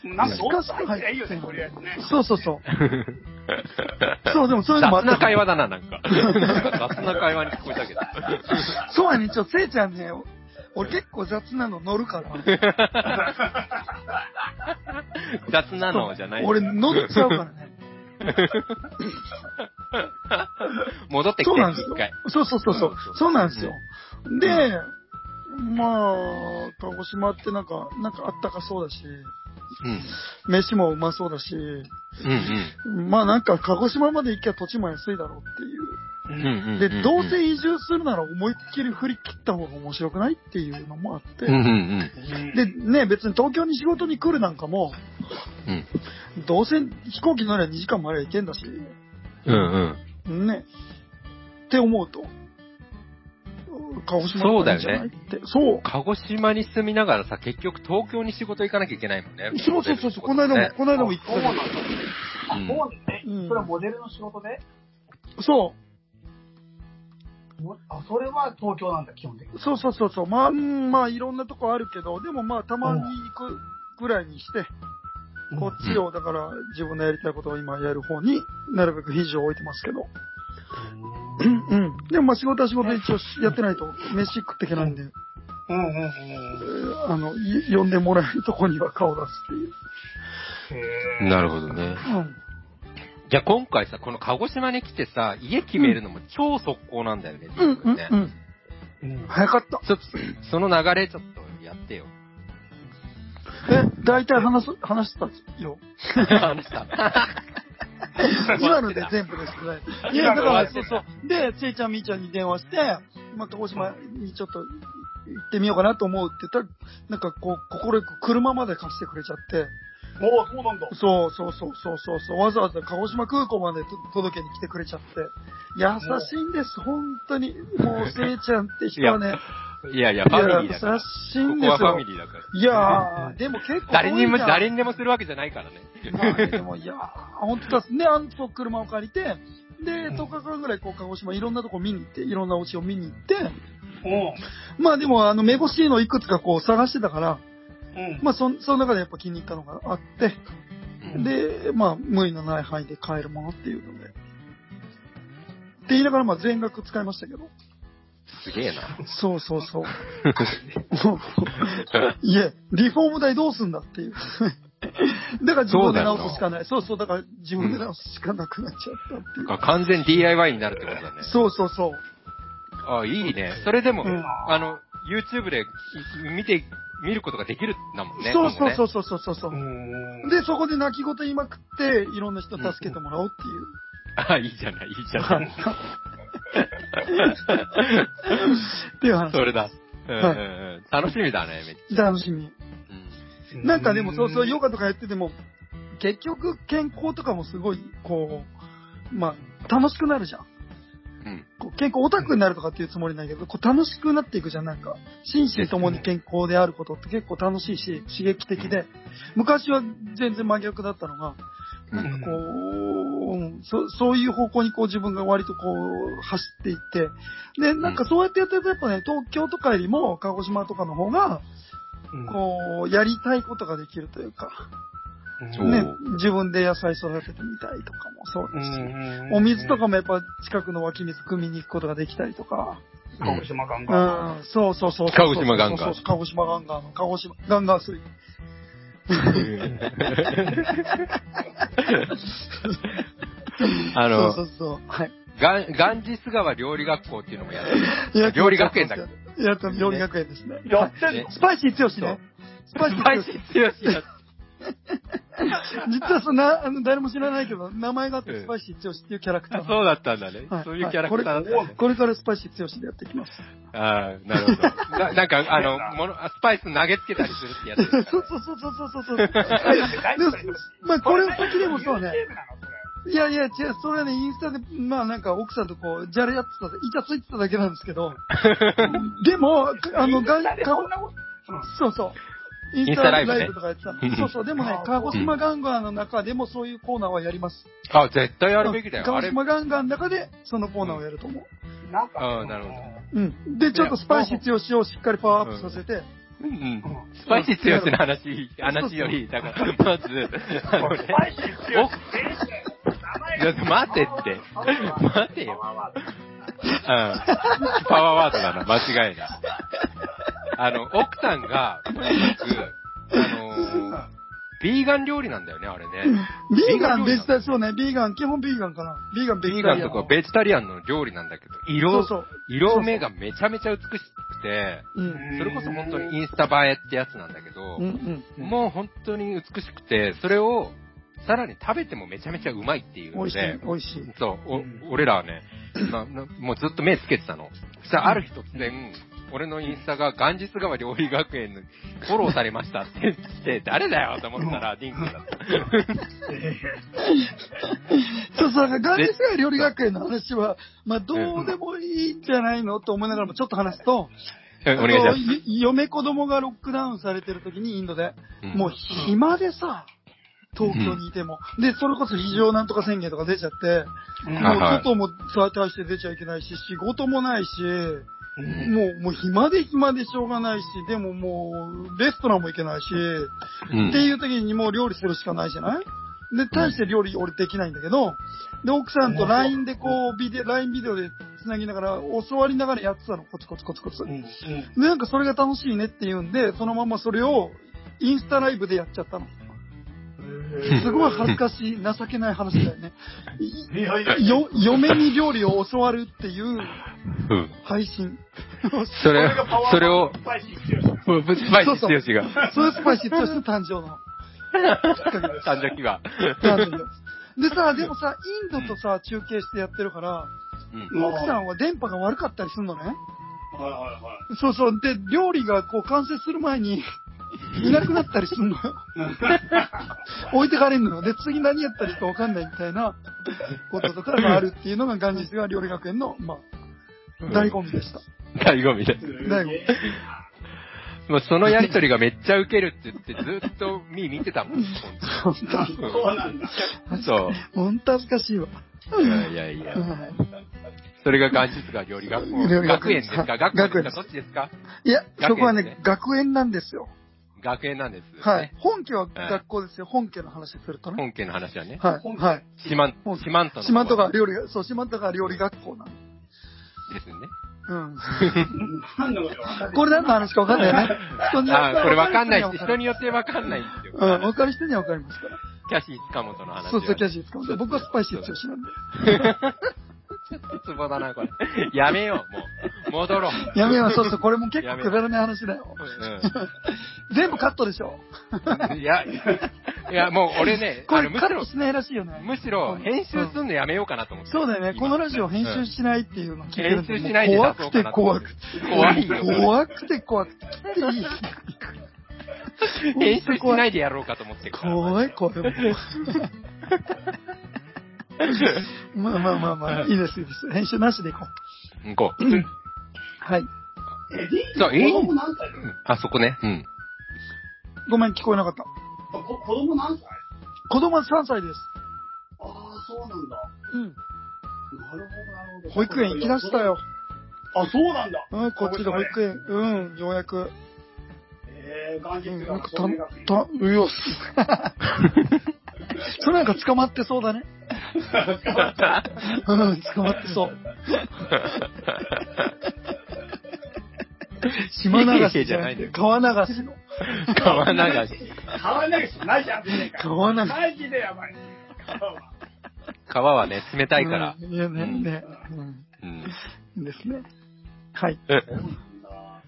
S1: なんか
S4: しか
S1: 奥
S4: し
S1: さ
S4: か
S1: ん入ってない
S4: 入
S1: い
S4: っ
S1: よ
S4: て
S1: ね、
S4: な
S1: とりあえずね
S4: い。。 そうそうそう。そう、でもそういうのもあ
S3: 雑
S4: った
S3: な。会話だな、なん か。雑な会話に聞こえたけど。
S4: そうやね、ちょ、せいちゃんね、俺結構雑なの乗るから。
S3: 雑なのじゃない。
S4: 俺乗っちゃうから ね。
S3: 戻ってきて、
S4: そうなんです
S3: 一
S4: よ
S3: 回。。
S4: そうそうそうそう。そうなんですよ。で、まあ、鹿児島ってなんか、なんかあったかそうだし、
S3: うん。
S4: 飯もうまそうだし、
S3: うん
S4: まあなんか鹿児島まで行きゃ土地も安いだろうっていう
S3: うん。うんうん。
S4: で、
S3: んん
S4: どうせ移住するなら思いっきり振り切った方が面白くないっていうのもあって、
S3: うんうん
S4: で、ね、別に東京に仕事に来るなんかも、
S3: うん。
S4: どうせ飛行機乗れば2時間もあれば行けんだし、
S3: うんうん。
S4: ね、って思うと、鹿児島の方がいいんじゃないって。そう。
S3: 鹿児島に住みながらさ、結局東京に仕事行かなきゃいけないもんね。
S4: そうそうそうそう、この間も、この間も行っ
S1: そうなんだ。
S4: て
S1: あ、そうなんだね。
S4: うん
S1: それはモデルの仕事で
S4: た。そ
S1: あ、それは東京なんだ、基本的に
S4: う、。そうそうそうそう、まあ、うんまあ、いろんなとこあるけど、でもまあ、たまに行くぐらいにして、こっちを、だから、自分のやりたいことを今やる方になるべく肘を置いてますけど。うんうん。でもまあ仕事は仕事で一応しやってないと、飯食っていけないんで、
S1: うんうんうん
S4: え
S1: うん。
S4: ーあの、い呼んでもらえるとこには顔出すっていう。
S1: へ
S3: なるほどね。
S4: うん。
S3: じゃあ今回さ、この鹿児島に来てさ、家決めるのも超速攻なんだよね、
S4: うん
S3: 実
S4: う
S3: は
S4: ん
S3: ね
S4: うん。
S1: ぇ
S4: 早かった。
S3: ちょっと、その流れちょっとやってよ。
S4: え、大体話す、話したよ。
S3: 話した。
S4: 今ので全部です ね。いや、だから、そうそう。で、せいちゃん、みーちゃんに電話して、まあ、鹿児島にちょっと行ってみようかなと思うって言ったら、なんかこう、心よく車まで貸してくれちゃって、
S1: おーそうなんだ。
S4: そうそうそうそうそうそう、わざわざ鹿児島空港までと届けに来てくれちゃって、優しいんです、本当に。もう、せいちゃんって人はね、
S3: いやいや、
S4: い
S3: ファ
S4: や、
S3: ミ
S4: 優
S3: リーだから。こ
S4: しいん
S3: こ
S4: で
S3: は
S4: す
S3: ファ
S4: よ
S3: ミ。リーだから。
S4: いやー、でも結構
S3: 誰にも、
S4: 遠いじゃん
S3: 誰にでもするわけじゃないからね。
S4: まあでも、いやー、本当だ。ね、あの、そう車を借りて、で、10日間ぐらい、こう、鹿児島いろんなとこ見に行って、いろんなお家を見に行って、
S1: うん。
S4: まあでも、あの、目星のいくつかこう探してたから、
S1: うん。
S4: まあそ、その中でやっぱ気に入ったのがあって、
S3: うん
S4: で、まあ、無理のない範囲で買えるものっていうので。って言いながら、まあ、全額使いましたけど。
S3: すげえな。
S4: そうそうそう。 いえ、リフォーム代どうすんだっていう。 だから自分で直すしかない。そうそう、だから自分で直すしかなくなっちゃったっていう。
S3: なんか完全 DIY になるってことだね。
S4: そうそうそう。
S3: あ、いいね。それでも、
S4: うん
S3: あの、YouTube で見て、見ることができるんだもんね。。
S4: そうそうそううそうそうそう。
S1: うん
S4: で、そこで泣き言言いまくって、いろんな人に助けてもらおうっていう。
S3: あ、いいじゃない、いいじゃ ない。
S4: っていう話
S3: そ。れだ。うんうんうん楽しみだね、めっち
S4: 楽しみ。
S3: ゃ。
S4: なんかでもそうそう、ヨガとかやってても、結局健康とかもすごい、こう、まあ、楽しくなるじゃん。
S3: うん
S4: こう健康オタクになるとかっていうつもりないけど、こう楽しくなっていくじゃん、なんか。心身ともに健康であることって結構楽しいし、刺激的で。昔は全然真逆だったのが、なんかこう、うんそ、そういう方向にこう自分が割とこう走っていって、で、なんかそうやってやってるとやっぱね、東京とかよりも鹿児島とかの方が、こう、やりたいことができるというか、
S3: そう
S4: ね、自分で野菜育ててみたいとかもそうですし、お水とかもやっぱ近くの湧き水汲みに行くことができたりとか、
S1: 鹿児島ガン
S4: う
S1: ガン。
S4: ん、そうそうそうそう。
S3: 鹿児島ガンガン
S4: そうそうそう鹿児島ガンガンの、鹿児島ガンガン水。
S3: あの
S4: そうそうそう。はい。
S3: ガン、ガンジス川料理学校っていうのもやって
S4: いや
S3: 料理学園だけど
S4: いや、料理学園ですね。
S1: やってんの
S4: スパイシー強しね。スパイシー強し。
S3: る。強し。
S4: 実はそんな、あの、誰も知らないけど、名前があってスパイシー強しっていうキャラクター。
S3: そうだったんだね
S4: は。い
S3: そういうキャラクターだったね。
S4: これからスパイシー強しでやっていきます。
S3: ああ、なるほど。ななんか、あの、もの、スパイス投げつけたりするってやつ
S4: そう
S3: ですからね。
S4: そうそうそうそうそう。で
S1: 大丈夫大丈夫
S4: まあ、これを先でもそうね。
S1: ゲームなのそれ
S4: いやいや、違う、それはね、インスタで、まあなんか奥さんとこう、じゃれやってた、イチャついてただけなんですけ ど、でも、あの、ガン、
S1: だって
S4: か
S1: そんなこと
S4: そうそう。インスタライブとかやってた
S3: インスタライブね
S4: の。そうそう、でもね、鹿児島ガンガンの中でもそういうコーナーはやります。
S3: あ、絶対やるべきだ
S4: うん
S3: よ。あ
S4: 鹿児
S3: れ、
S4: 島ガンガンの中で、そのコーナーをやると思う。
S1: なんか
S3: あーなるほど
S4: うん。で、ちょっとスパイシー強しをしっかりパワーアップさせて、
S3: うんうん。スパイシー強しの話、話より、だから、まず、あのね
S1: スパイシー強い選手だよ名前
S3: いや
S1: が
S3: 待て って
S1: パワーワード
S3: 待てよ
S1: パワーワード
S3: うんパワーワードだな、間違いない。あの、奥さんが、とにかく、あのー、ビーガン料理なんだよね、あれね。
S4: ビーガン、ベジタリア、そうね、ビーガン、基本ビーガンかな。ビーガン、ベ
S3: ビ
S4: ジ
S3: ー
S4: タ
S3: ガ
S4: リ
S3: ン
S4: ア
S3: と
S4: ンの。
S3: かベジタリアンの料理なんだけど、
S4: そ
S3: 色
S4: う、そう。
S3: 色目がめちゃめちゃ美しくて、
S4: うん。
S3: それこそ本当にインスタ映えってやつなんだけど
S4: うんう、ん。
S3: もう本当に美しくて、それを、さらに食べてもめちゃめちゃうまいっていう
S4: 美
S3: の
S4: 味しい
S3: で、、
S4: 美味しい。
S3: そう、お、俺らはね、ななもうずっと目つけてたの。そしたらある日突然、俺のインスタが元日川料理学園のフォローされましたって言って、誰だよと思ったら、リンクだった。
S4: そうそう、だからガンジス川料理学園の話は、まあ、どうでもいいんじゃないのと思いながらもちょっと話すと、
S3: お願いしま
S4: あ
S3: す。
S4: のい嫁子供がロックダウンされてる時にインドで、
S3: うん
S4: もう暇でさ、東京にいても。で、それこそ非常なんとか宣言とか出ちゃって、もう
S3: はい
S4: 外も対して出ちゃいけないし、仕事もないし、
S3: うん
S4: もう、もう暇で暇でしょうがないし、でももう、レストランも行けないし、っていう時にもう料理するしかないじゃないで、対して料理俺できないんだけど、で、奥さんと LINE でこう、ビデオ、LINE ビデオで繋ぎながら、教わりながらやってたの、コツコツコツコツ。で、なんかそれが楽しいねって言うんで、そのままそれを、インスタライブでやっちゃったの。すごい恥ずかしい、情けない話だよね。
S1: いやいやいや
S4: よ、嫁に料理を教わるっていう
S3: うん
S4: 配信。
S3: それ
S1: こがパワ、ー
S3: それを、
S1: スパイシー強い選手
S3: ぶスパイシー強しが、
S4: そういうスパイシーとして誕生の。
S3: 誕生日が。
S4: 誕生日でさ、でもさ、インドとさ、中継してやってるから、
S3: うん
S1: うん
S4: 奥さんは電波が悪かったりするのね。
S1: はいはいはい
S4: そうそう。で、料理がこう完成する 前に、いなくなったりするのよ。置いてかれんのよ。で、次何やったりかわかんないみたいなこととかがあるっていうのが、ガンジスが料理学園の、まあ、醍醐味でした。
S3: 醍醐味だ。
S4: 醍醐味。
S3: もうそのやりとりがめっちゃウケるって言って、ずっとミー見てたもん。
S4: 本当に
S1: そうなんだ。
S3: そう。
S4: 本当恥ずかしいわ。
S3: いやいやいや。
S4: は
S3: それが元日が料理学校。
S4: 料理学
S3: 学
S4: 園
S3: 園ですか学
S4: 学
S3: 園で
S4: 園ですす
S3: かどっちですか
S4: いいや、
S3: 園
S4: そこは
S3: です
S4: ね
S3: ね、
S4: 学園なんですよ。
S3: 学園なんです、ね。
S4: はい。。本家は学校ですよ。本家の話するとね。
S3: 本家の話はね。
S4: はい。はい。
S3: 四万
S4: 本、
S3: 四万との。
S4: 四万十川料理が、そう、四万十川料理学校なの。
S3: ですね。
S4: うん。
S1: 何のことわかんない
S4: これ何の話か分かんないよね。人によっ
S3: あ
S4: て は
S3: ーこれわかんないし、
S4: 分
S3: 人
S4: かる
S3: によってわかんないんですよ。
S4: うん、分かる人には分かりますか
S3: キャシー塚本の話、
S4: ら。
S3: ね。
S4: そうそう、キャ
S3: シ
S4: シー使うんで。僕はスパイシー強しなんで。
S3: ー。ちょっとツボだな、これ。やめよう、もう。戻ろう。
S4: やめよう、そうそう、これも結構くだらない話だよ。全部カットでしょ。
S3: うん。いや、いや、もう俺ね、
S4: こ
S3: あの
S4: れ
S3: む
S4: カ
S3: し
S4: ッ
S3: ろ
S4: ト、しないらしいよね。
S3: むしろ編集すんのやめようかなと思って。
S4: そうだよね。
S3: 今
S4: このラジオ編集しないっていうの聞いて
S3: 編
S4: るんで
S3: 集しないで出
S4: 怖
S3: そ
S4: く
S3: うか
S4: て
S3: なと思っ
S4: 怖
S3: て
S4: くて。
S3: 怖いよ。
S4: 怖くて怖くて。切ってい
S3: 編
S4: い
S3: 集しないでやろうかと思ってるから
S4: 怖い、怖い。 まあまあまあまあ、いいです、いいです。編集なしでいこう。
S3: うん こう。
S4: はい。
S1: え、リン
S3: そういい
S1: 子供何歳だ
S3: うんあそこね。 うん。
S4: ごめん、聞こえなかった。
S1: こ子供何歳
S4: 子供は3歳です。
S1: そうなんだ。
S4: うん。
S1: なるほど、なるほど。
S4: 保育園行きだした。よ。
S1: あ、そうなんだ。
S4: うん、こっちで保育園。うん、ようやく。
S1: えー、元
S4: う
S1: 日
S4: ん、
S1: が
S4: よ
S1: 学
S4: く
S1: 園学院。
S4: た、た、うよっす。 それなんか捕まってそうだね。うん、捕まってそう。島流しじゃなくて 川流しの。
S3: 川流し。
S1: 川流しないじゃん、全然。
S4: 川流し。
S1: マジでやばい。川は。
S3: 川はね、冷たいから。
S4: うんいやね、ね。
S3: うん。
S4: うん。ですね。はい。
S1: そうなんだ。は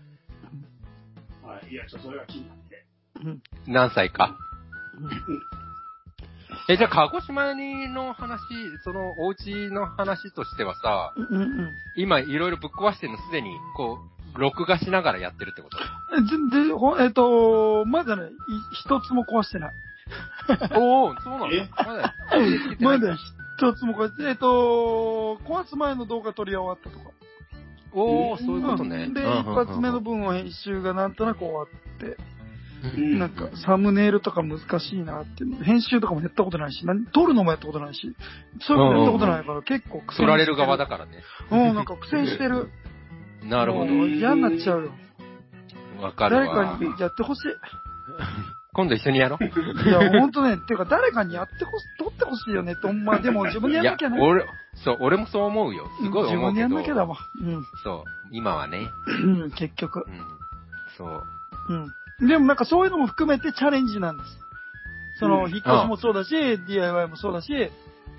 S1: い、いや、ちょっとそれが気になって。
S4: うん。
S3: 何歳か。え、じゃあ、鹿児島にの話、その、お家の話としてはさ、
S4: うんうん
S3: 今いろいろぶっ壊してるのすでに、こう、録画しながらやってるって こと
S4: うん。で、でほえっ、と、まだね、い一つも壊してない。
S3: おお、そうなの
S1: え
S3: まだ、
S4: まだ一つも壊して、えっ、と、壊す前の動画撮り終わったとか。
S3: おお、そういうことね。
S4: んで、
S3: うんうんうんうん
S4: 一発目の、分は編集がなんとなく終わって、
S1: うん
S4: なんかサムネイルとか難しいなっていうの。編集とかもやったことないし、なん撮るのもやったことないし、そういうのやったことないから結構苦戦して
S3: 取られる側だからね。
S4: うん、なんか苦戦してる。
S3: なるほ
S4: もう嫌になっちゃうよ。
S3: ど。わかる
S4: 誰
S3: わ
S4: か。にやってほしい。
S3: 今度一緒にやろう。
S4: いや、ほんとね、っていうか、誰かにやってほし、撮ってほしいよねって、ほんま、でも自分でやんなきゃね。
S3: 俺、そう、俺もそう思うよ。すごい
S4: 自
S3: 思う
S4: 分で
S3: け
S4: やん
S3: ど
S4: なきゃ。だわ。うん
S3: そう、今はね。
S4: うん、結局
S3: う。ん。そう。
S4: うん。でもなんかそういうのも含めてチャレンジなんです。その、
S1: うん
S4: 引っ越しもそうだし、DIY もそうだし、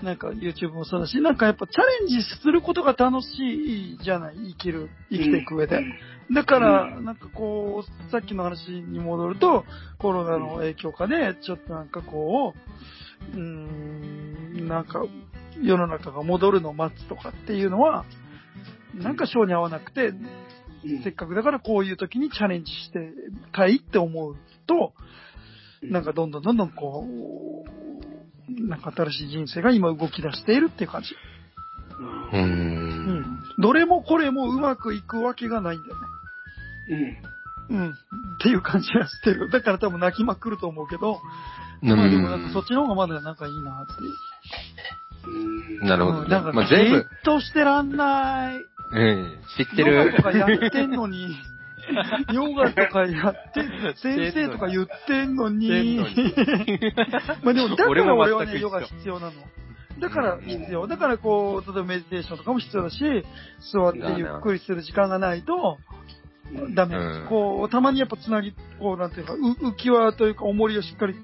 S4: なんか YouTube もそうだし、なんかやっぱチャレンジすることが楽しいじゃない、生きる、生きていく上で。だから、なんかこう、さっきの話に戻ると、コロナの影響下で、ちょっとなんかこう、うーん、なんか、世の中が戻るのを待つとかっていうのは、なんか性に合わなくて、
S1: うん
S4: せっかくだからこういう時にチャレンジしてたいって思うと、なんかどんどんどんどんこう、なんか新しい人生が今動き出しているっていう感じ。
S1: うん
S3: うー。
S4: うんん。どれもこれもうまくいくわけがないんだよね。
S1: うん。
S4: うん。っていう感じがしてる。だから多分泣きまくると思うけど、
S3: うん
S4: まあでもなんかそっちの方がまだなんかいいなっていう。
S1: うん
S3: なるほど
S4: う
S3: ね。
S4: ん、だから、
S3: まあ、全
S4: じ
S3: 部、
S4: っとしてらんない。
S3: うん、知って
S4: ヨガ
S3: る
S4: と。かやってんのに、ヨガとかやって、先生とか言ってんのに、 まあでも、だか
S3: 俺
S4: ら
S3: も
S4: 俺
S3: 全
S4: は
S3: く
S4: ね、
S3: 一緒
S4: ヨガ必要なの。だから必要。だからこう、例えばメディテーションとかも必要だし、座ってゆっくりする時間がないと、
S1: うん
S4: ダメ。
S3: うん
S4: こう、たまにやっぱつなぎ、こう、なんていうか、う浮き輪というか、重りをしっかり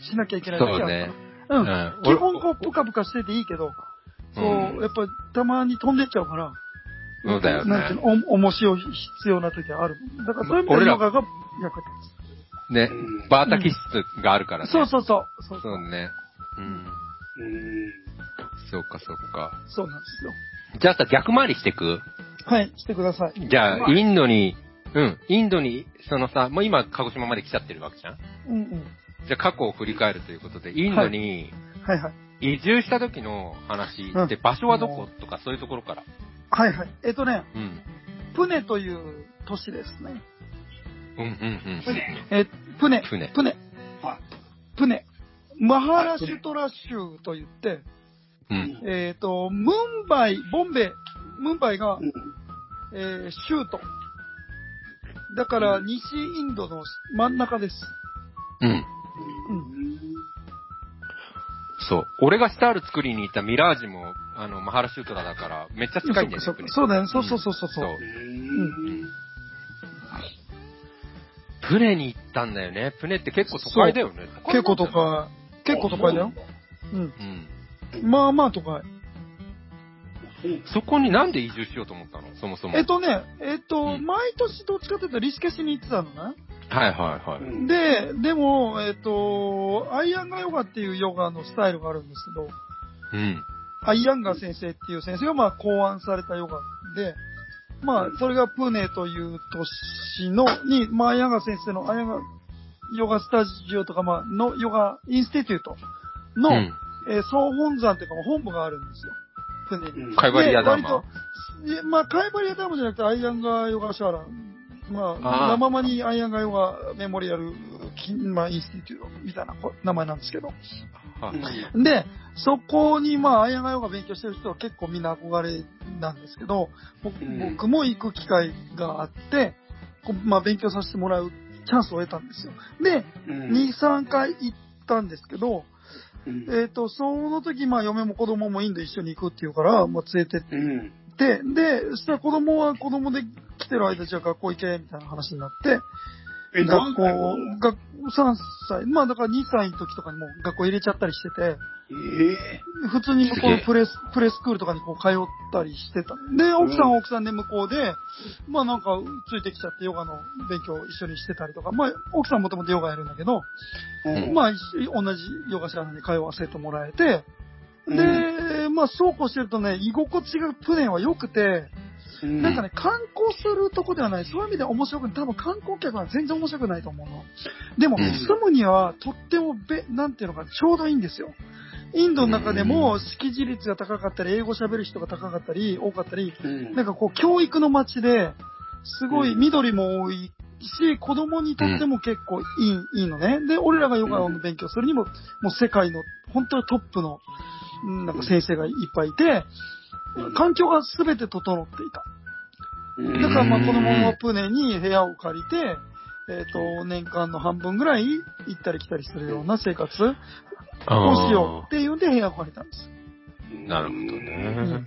S4: しなきゃいけないだけ
S3: そう
S4: だから
S3: ね。う
S4: う。
S3: んん
S4: 基本こう、ぷかぷかしてていいけど、こ
S3: うん
S4: う、やっぱたまに飛んでっちゃうから、
S3: そうだよね
S4: なんていうの、お、重しを必要な時はある。だからそういう意味
S3: 俺
S4: で
S3: ら
S4: ヨガが役立
S3: ね
S1: うん、
S3: バータ気質があるからね。
S4: つ。そうそうそう。そう
S3: そうね。うん。
S1: うん
S3: そうか、そうか。
S4: そうなんですよ。
S3: じゃあさ、逆回りしてく
S4: はい、してください。
S3: じゃ
S1: ま
S3: あ、
S1: あ
S3: インドに、うん、インドに、そのさ、もう今、鹿児島まで来ちゃってるわけじゃん
S4: うんうん。
S3: じゃあ、過去を振り返るということで、インドに
S4: はいはい。
S3: 移住した時の話
S4: うん
S3: で、場所はどことか、そういうところから。
S4: はいはい。えっとね、
S3: うん。
S4: プネという都市ですね。
S3: うん、うん、
S1: 船
S4: え、プネ。
S3: プネ
S4: プネ。
S1: は
S4: プネ。マハラシュトラ州と言って、
S3: うん。う
S1: い
S3: ん。
S4: えっ、と、ムンバイ、ボンベイ、ムンバイが
S1: う、ん
S4: えー州都。だから、西インドの真ん中です。
S3: うん。そう。俺がシタール作りに行ったミラージも、あの、マハラシュートラだから、めっちゃ近いんだよね
S4: そっかそっ
S3: プ
S4: か
S3: ネ
S4: そうだよね。そうそうそうそうそう。
S3: そう
S1: うん
S3: プネに行ったんだよね。プネって結構都会だよね。
S4: 結構都
S3: 都会なん
S4: 会。結構都会だよ。。うん。
S3: じゃない。うん。
S4: まあまあ都会。
S1: うん
S3: そこになんで移住しようと思ったのそもそも。
S4: えっとね、えっと、
S3: うん
S4: 毎年どっちかというとリスケしに行ってたのね。
S3: はいはいはい。
S1: うん
S4: で、でも、えっと、アイアンガヨガっていうヨガのスタイルがあるんですけど、
S3: うん。
S4: アイアンガ先生っていう先生がまあ考案されたヨガで、まあ、それがプネという都市の、に、まあ、アイアンガ先生の、アイアンガヨガスタジオとか、まあ、のヨガインスティテュートの、
S3: うん。
S4: えー総本山というか、本部があるんですよ。プネに。
S1: うん
S3: カイバリアダーマ
S4: で。割といやまあ、カイバリアダーマじゃなくて、アイアンガーヨガシャーラン。まあ、
S3: あー
S4: 生まにアイアンガーヨガメモリアル、きまあ、インスティテュートみたいなこ名前なんですけど。
S3: は
S1: うん
S3: い。
S4: で、そこに、まあ、アイアンヨガ勉強してる人は結構みんな憧れなんですけど、僕
S1: うん
S4: 僕も行く機会があって、こうまあ、勉強させてもらうチャンスを得たんですよ。で、
S1: うん
S4: 2、3回行ったんですけど、
S1: うん
S4: えっ、と、その時、まあ、嫁も子供もインド一緒に行くっていうから、まあ、連れてっ
S1: うん
S4: て、で、そしたら子供は子供で来てる間、じゃあ学校行け、みたいな話になって、
S1: え、
S4: 学
S1: 何
S4: 校
S1: 歳
S4: が3歳、まあだから2歳の時とかにもう学校入れちゃったりしてて、
S1: ええ
S4: 普通に向こう
S3: すげ
S4: の
S3: え
S4: プレス、プレスクールとかにこう通ったりしてた。で、奥さんは奥さんで向こうで、まあなんかついてきちゃってヨガの勉強を一緒にしてたりとか、まあ奥さんもともとヨガやるんだけど、
S1: うん
S4: まあ一緒同じヨガシャーに通わせてもらえて、
S1: うん
S4: で、まあそうこうしてるとね、居心地が去年は良くて、
S1: うん
S4: なんかね、観光するとこではない。そういう意味では面白くない。多分観光客は全然面白くないと思うの。でも、
S3: うん
S4: 住むにはとってもべ、なんていうのか、ちょうどいいんですよ。インドの中でも識字率が高かったり、英語喋る人が高かったり、多かったり、
S1: うん
S4: なんかこう、教育の街で、すごい
S1: うん
S4: 緑も多いし、子供にとっても結構いい、いいのね。で、俺らがヨガの勉強するにも、もう世界の、本当にトップの、うんなんか先生がいっぱいいて、環境が全て整っていた。
S1: うん
S4: だからまあ
S3: うん
S4: 子供はプネに部屋を借りて、えっ、と、年間の半分ぐらい行ったり来たりするような生活をしようっていうんで部屋を借りたんです。
S3: なるほど
S4: うん
S3: ね。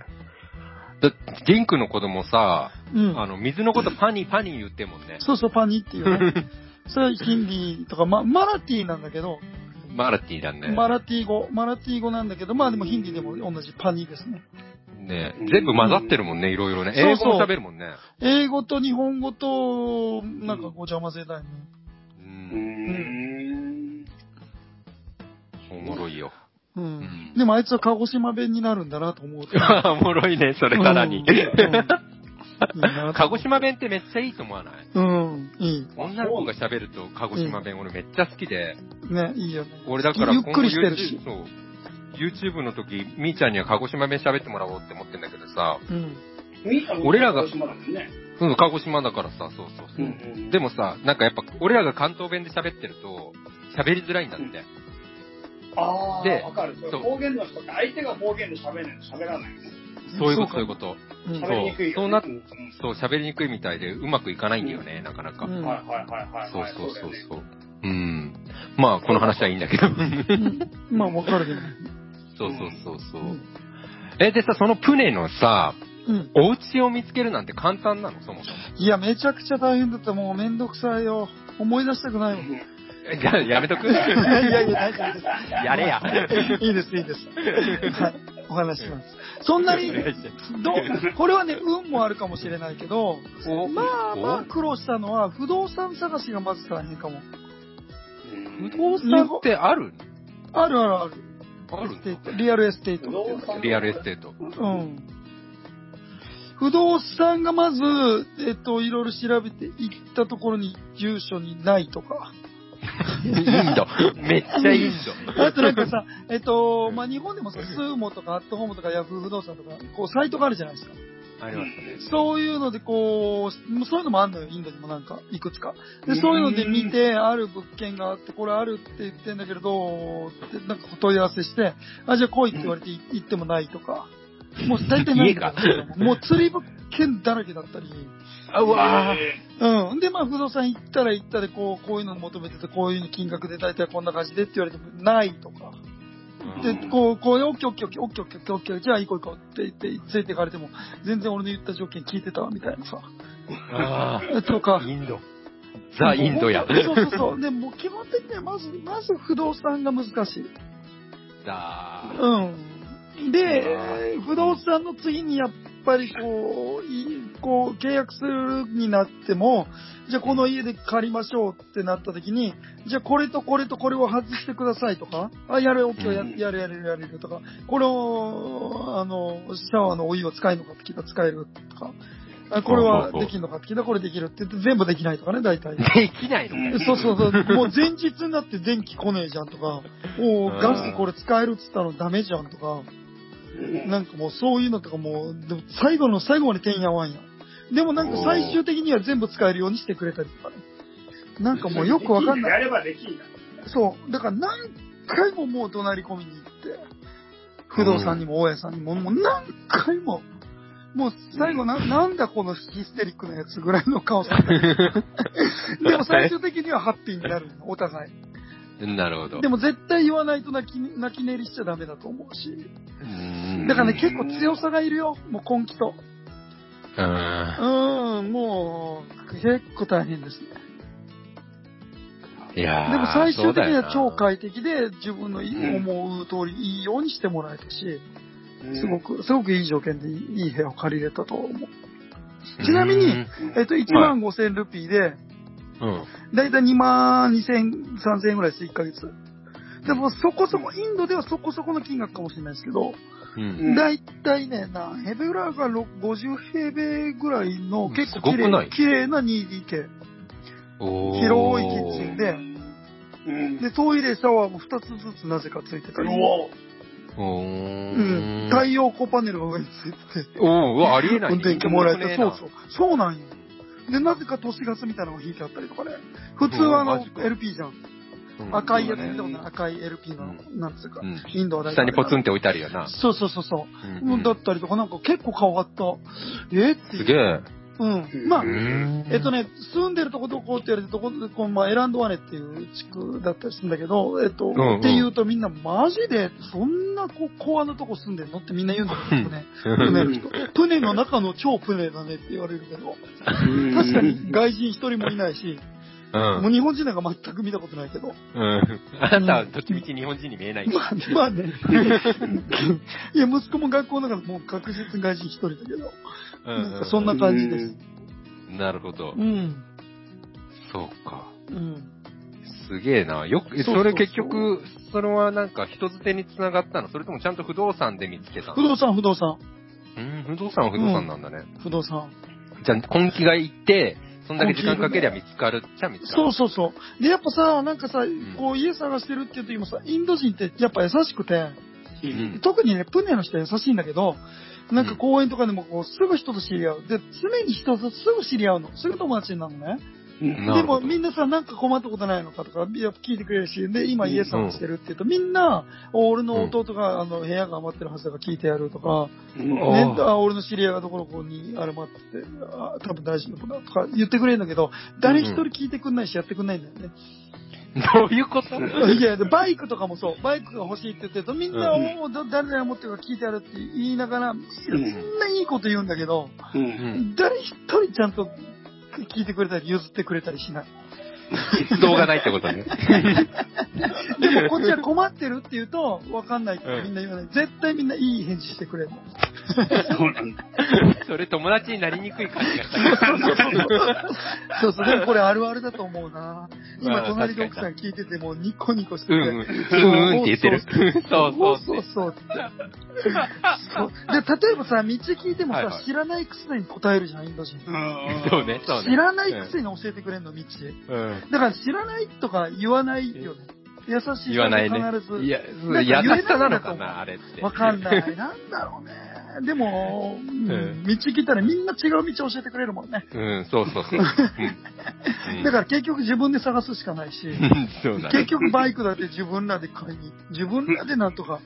S3: だリンクの子供さ、
S4: うん。
S3: あの、水のことパニーパニー言ってんもんね。
S4: そうそう、パニってい うね。それはヒンディーとか、ま、マラティーなんだけど、
S3: マラティーだね。
S4: マラティー語、マラティー語なんだけど、まあでもヒンディーでも同じパニですね。
S3: ね全部混ざってるもんね、いろいろね。
S4: そう
S3: 英
S4: そう
S3: 語も喋るもんね。
S4: 英語と日本語と、なんかごちゃ混ぜたいね。
S3: う。
S1: うんん
S3: おもろいよ。
S4: う。
S3: うんん
S4: でもあいつは鹿児島弁になるんだなと 思うと。
S3: おもろいね、それさらに
S4: うん。うんいいな
S3: 鹿児島弁ってめっちゃいいと思わない
S4: うん、いい。
S3: 女の子が喋ると鹿児島弁俺めっちゃ好きで、
S4: ね、いいよね。
S3: 俺だから
S4: ゆっ
S3: 今
S4: く
S3: 後
S4: りしてるし
S3: YouTube。そう YouTube の時、みーちゃんには鹿児島弁喋ってもらおうって思ってんだけどさ、
S4: うん。
S1: 見たこと
S3: 俺らが
S1: 鹿児島だもんね
S3: そう鹿児島だからさ、そうそうそう。で
S1: も、
S3: もさ、なんかやっぱ俺らが関東弁で喋ってると、喋りづらいんだって。
S1: あ
S3: で
S1: あ、わかる。それ
S3: そう
S1: 方言の人って相手が方言で喋れない、喋らない。
S3: そういうこと、
S4: か
S3: そういうこと。
S4: うん
S1: 喋りにくいよね。
S3: そうそうなっ
S1: ん
S3: そう、喋りにくいみたいで、うまくいかないんだよね、なかなか。
S4: うん
S1: はいはいはいはい。
S3: そうそうそう
S1: だよね
S3: そう。うん。まあ、この話はいいんだけど。
S4: うんまあ、わかるけど。
S3: そうそうそうそう。
S4: うん
S3: え、でさ、そのプネのさ、
S4: うん。
S3: お家を見つけるなんて簡単なのそもそも。
S4: いや、めちゃくちゃ大変だった。もうめんどくさいよ。思い出したくないもん。い
S3: えじゃあ、 やめとく
S4: やいやいや、大丈夫です。
S3: やれや。
S4: いいです、いいです。はい。お話しします。そんなに、
S3: お願いします
S4: どう、これはね、運もあるかもしれないけど、
S3: お
S4: まあまあ苦労したのは、不動産探しがまず大変かも。
S1: うん
S3: 不動産ってある
S4: あるあるあ
S3: あ
S4: る。エ
S3: る
S4: ステートリアルエステート
S1: 不。動産
S3: リアルエステート。
S4: うん。不動産がまず、えっと、いろいろ調べていったところに住所にないとか。
S3: インド。めっちゃインド。
S4: あとなんか さ、えっと、まあ、日本でもさ、スーモとかアットホームとかヤフー不動産とか、こう、サイトがあるじゃないですか。
S3: ありますね。
S4: そういうので、こう、そういうのもあるのよ、インドにもなんか、いくつか。で、そういうので見て、ある物件があって、これあるって言ってんだけれど、ってなんかお問い合わせして、あ、じゃあ来いって言われてい行ってもないとか。もう大体ないんだ
S3: 家
S4: けど、もう釣り物件だらけだったり。
S3: あ、うわぁ。
S1: え
S4: うん。で、まあ、不動産行ったら行ったで、こう、こういうの求めてて、こういう金額で大体こんな感じでって言われても、ないとか。
S1: う
S4: で
S1: ん、
S4: こう、こう、オッケーオッケーオッケーオッケーオッケーオッケーじゃあ行こう行こうって言って、連れて行かれても、全然俺の言った条件聞いてたわ、みたいなさ。
S3: あ
S4: とか
S3: ー。インド。ザ・インドや。
S4: そうそうそう。で、もう基本的にはまず、まず不動産が難しい。
S3: ザ
S4: うん。で、不動産の次にやっぱりこう、いこう、契約するになっても、じゃあこの家で借りましょうってなった時に、じゃあこれとこれとこれを外してくださいとか、あ、やる、OK、や
S1: うん
S4: やるやるやるとか、これを、あの、シャワーのお湯を使えるのかって聞いたら使えるとか、あこれはできるのかって聞いたらこれできるって言って全部できないとかね、大体。
S3: できないのね。
S4: そうそうそう。もう前日になって電気来ねえじゃんとか、お
S3: う
S4: ー
S3: ん
S4: ガスこれ使えるっつったのダメじゃんと
S1: う
S4: か、
S1: ん
S4: なんかもうそういうのとかもう、でも最後の最後までてんやわんや。でもなんか最終的には全部使えるようにしてくれたりとかね。なんかもうよくわかんない。
S1: やればできんだ。
S4: そう。だからなん回ももう怒鳴り込みに行って、不動さんにも大家さんにも、もう何回も、もう最後な、なんだこのヒステリックなやつぐらいの顔されてでも最終的にはハッピーになるのお互い。
S3: なるほど。
S4: でも絶対言わないと泣き泣き寝入りしちゃダメだと思うし。
S3: うん
S4: だからね、結構強さがいるよ。もう根気と。
S3: うん
S4: う。ーん、もう、結構大変ですね。
S3: いやー
S4: でも最終的に
S3: そ
S4: は
S3: うだよ
S4: 超
S3: な
S4: 快適で、自分のいい
S1: うん
S4: 思う通り、いいようにしてもらえたし、すご
S1: く。
S4: く、すごくいい条件でいいいい部屋を借りれたと思う。ちなみに
S3: うん
S4: えっと、1万5千ルピーで、
S3: うん。
S4: だいたい2万2千、3千円ぐらいです、1ヶ月。でも、そこそこ、インドではそこそこの金額かもしれないですけど、
S3: うん。
S1: うん
S4: だいたいね、何平米ぐらいか、ろ50平米ぐらいの
S3: うん
S4: 結
S3: すご
S4: 構綺
S3: くな
S4: 麗
S3: い
S4: 綺麗な 2DK。
S3: おー
S4: 広いキッチンで、
S1: うん。
S4: で、トイレ、シャワーも2つずつなぜかついてたり、
S1: おぉ。
S3: お
S4: う
S3: ー
S4: ん、太陽光パネルが上についてて、
S3: おーうわ、ありえない。
S4: 運転機もらえて、そう
S3: う。
S4: そう。そうなんよ。で、なぜか都市ガスみたいなのが引いてあったりとかね。普通は
S3: お
S4: あ
S3: ー
S4: の
S3: マジ、か
S4: LP じゃん。
S3: うん
S4: 赤いやつ
S1: ね
S4: 見たことない赤い LP の、なんつうか
S3: う、ん
S4: インドは大
S3: 下にポツン
S4: ン
S3: って置いてあるよな。
S4: そうそうそうそうう。だったりとか、なんか結構変わった。えって
S3: す
S4: いう。
S3: げえ。
S4: うん。まあ
S1: う、
S4: えっとね、住んでるとこどこって言われて、とこ、こうまあ、エランドワネっていう地区だったりするんだけど、えっと、
S3: んうん
S4: って言うとみんなマジで、そんなこう、コアのとこ住んでんのってみんな言うんだけ どね。船の人。船の中の超船だねって言われるけど、確かに外人一人もいないし、
S3: うん
S4: もう日本人なんか全く見たことないけど。
S3: うんあなたはどっちみち日本人に見えない。
S4: まあ、ま あね。いや、息子も学校の中でもう確実に外人一人だけど、
S3: う
S4: なんかそんな感じです。
S3: なるほど
S4: う。ん。
S3: そうか。
S4: うん。
S3: すげえな。よく、え
S4: そうそうそう
S3: それ結局、それはなんか人づてに繋がったのそれともちゃんと不動産で見つけた
S4: 不
S3: の
S4: 動産、不動産、
S3: うん、不動産は不動産なんだね。
S4: 不動産。
S3: じゃあ根気がいって、そんだけ時間かけりゃ見つかるっちゃ見つかる。
S4: そうそうそう。で、やっぱさ、なんかさ
S3: ん、
S4: こう家探してるって言うと今さ、インド人ってやっぱ優しくて、
S3: う
S1: に。
S3: ん。
S4: 特にね、プネの人は優しいんだけど、なんか公園とかでもこう、すぐ人と知り合う。で、常に人とすぐ知り合うの。すぐ友達になるのね。
S3: な
S4: で
S3: る
S4: も
S3: ほど
S4: みんなさ、なんか困ったことないのかとか、やっぱ聞いてくれるし、で、今家探してるって言うと、みんな、俺の弟が、あの、部屋が余ってるはずだから聞いてやるとか、
S3: あ
S4: ね、あ俺の知り合いがどこどこにあれ待ってて、あ多分大丈夫だとか言ってくれるんだけど、誰一人聞いてくんないし、やってくんないんだよね。
S3: どういうこと
S4: いや、でバイクとかもそう、バイクが欲しいって言ってると、みんな、
S1: う
S4: お
S1: ん
S4: ーど誰々が持ってるか聞いてやるって言いながら、みんないいこと言うんだけど、
S3: うん。
S4: 誰一人ちゃんと聞いてくれたり、譲ってくれたりしない。
S3: 実動がないってことね。
S4: でもこっちは困ってるって言うと、わかんないってみんな言わない。絶対みんないい返事してくれるの。
S1: そうなんだ。
S3: それ友達になりにくい感じがした
S4: そうそう、でもこれあるあるだと思うな。
S3: ま
S4: 今
S3: あ
S4: 隣の奥さん聞いててもうニコニコして
S3: うん
S4: て。
S3: うん。うんうんって言ってる。そう
S4: そ
S3: そうう
S4: そ
S3: そうう。
S4: そうって。そうで例えばさ、道聞いても
S3: はいは
S4: さ、
S3: い
S4: 知らないくせに答えるじゃん、インド人。
S3: そうね、そうね。
S4: 知らないくせに教えてくれんの、道。
S3: うん。
S4: だから知らないとか言わないよね。優しい人
S3: 言わないね
S4: は必。ず
S3: いや、
S4: なんか言え
S3: 優しさなの
S4: ない
S3: か
S4: んだと思う
S3: な、あれって。
S4: わかんない。なんだろうね。でも、うん
S3: うん
S4: 道来たらみんな違う道を教えてくれるもんね。
S3: うん、そうそう そう。うん
S4: だから結局自分で探すしかないし、
S3: うん、そうだ
S4: 結
S3: ね。
S4: 局バイクだって自分らで買いに、自分らでなんとか。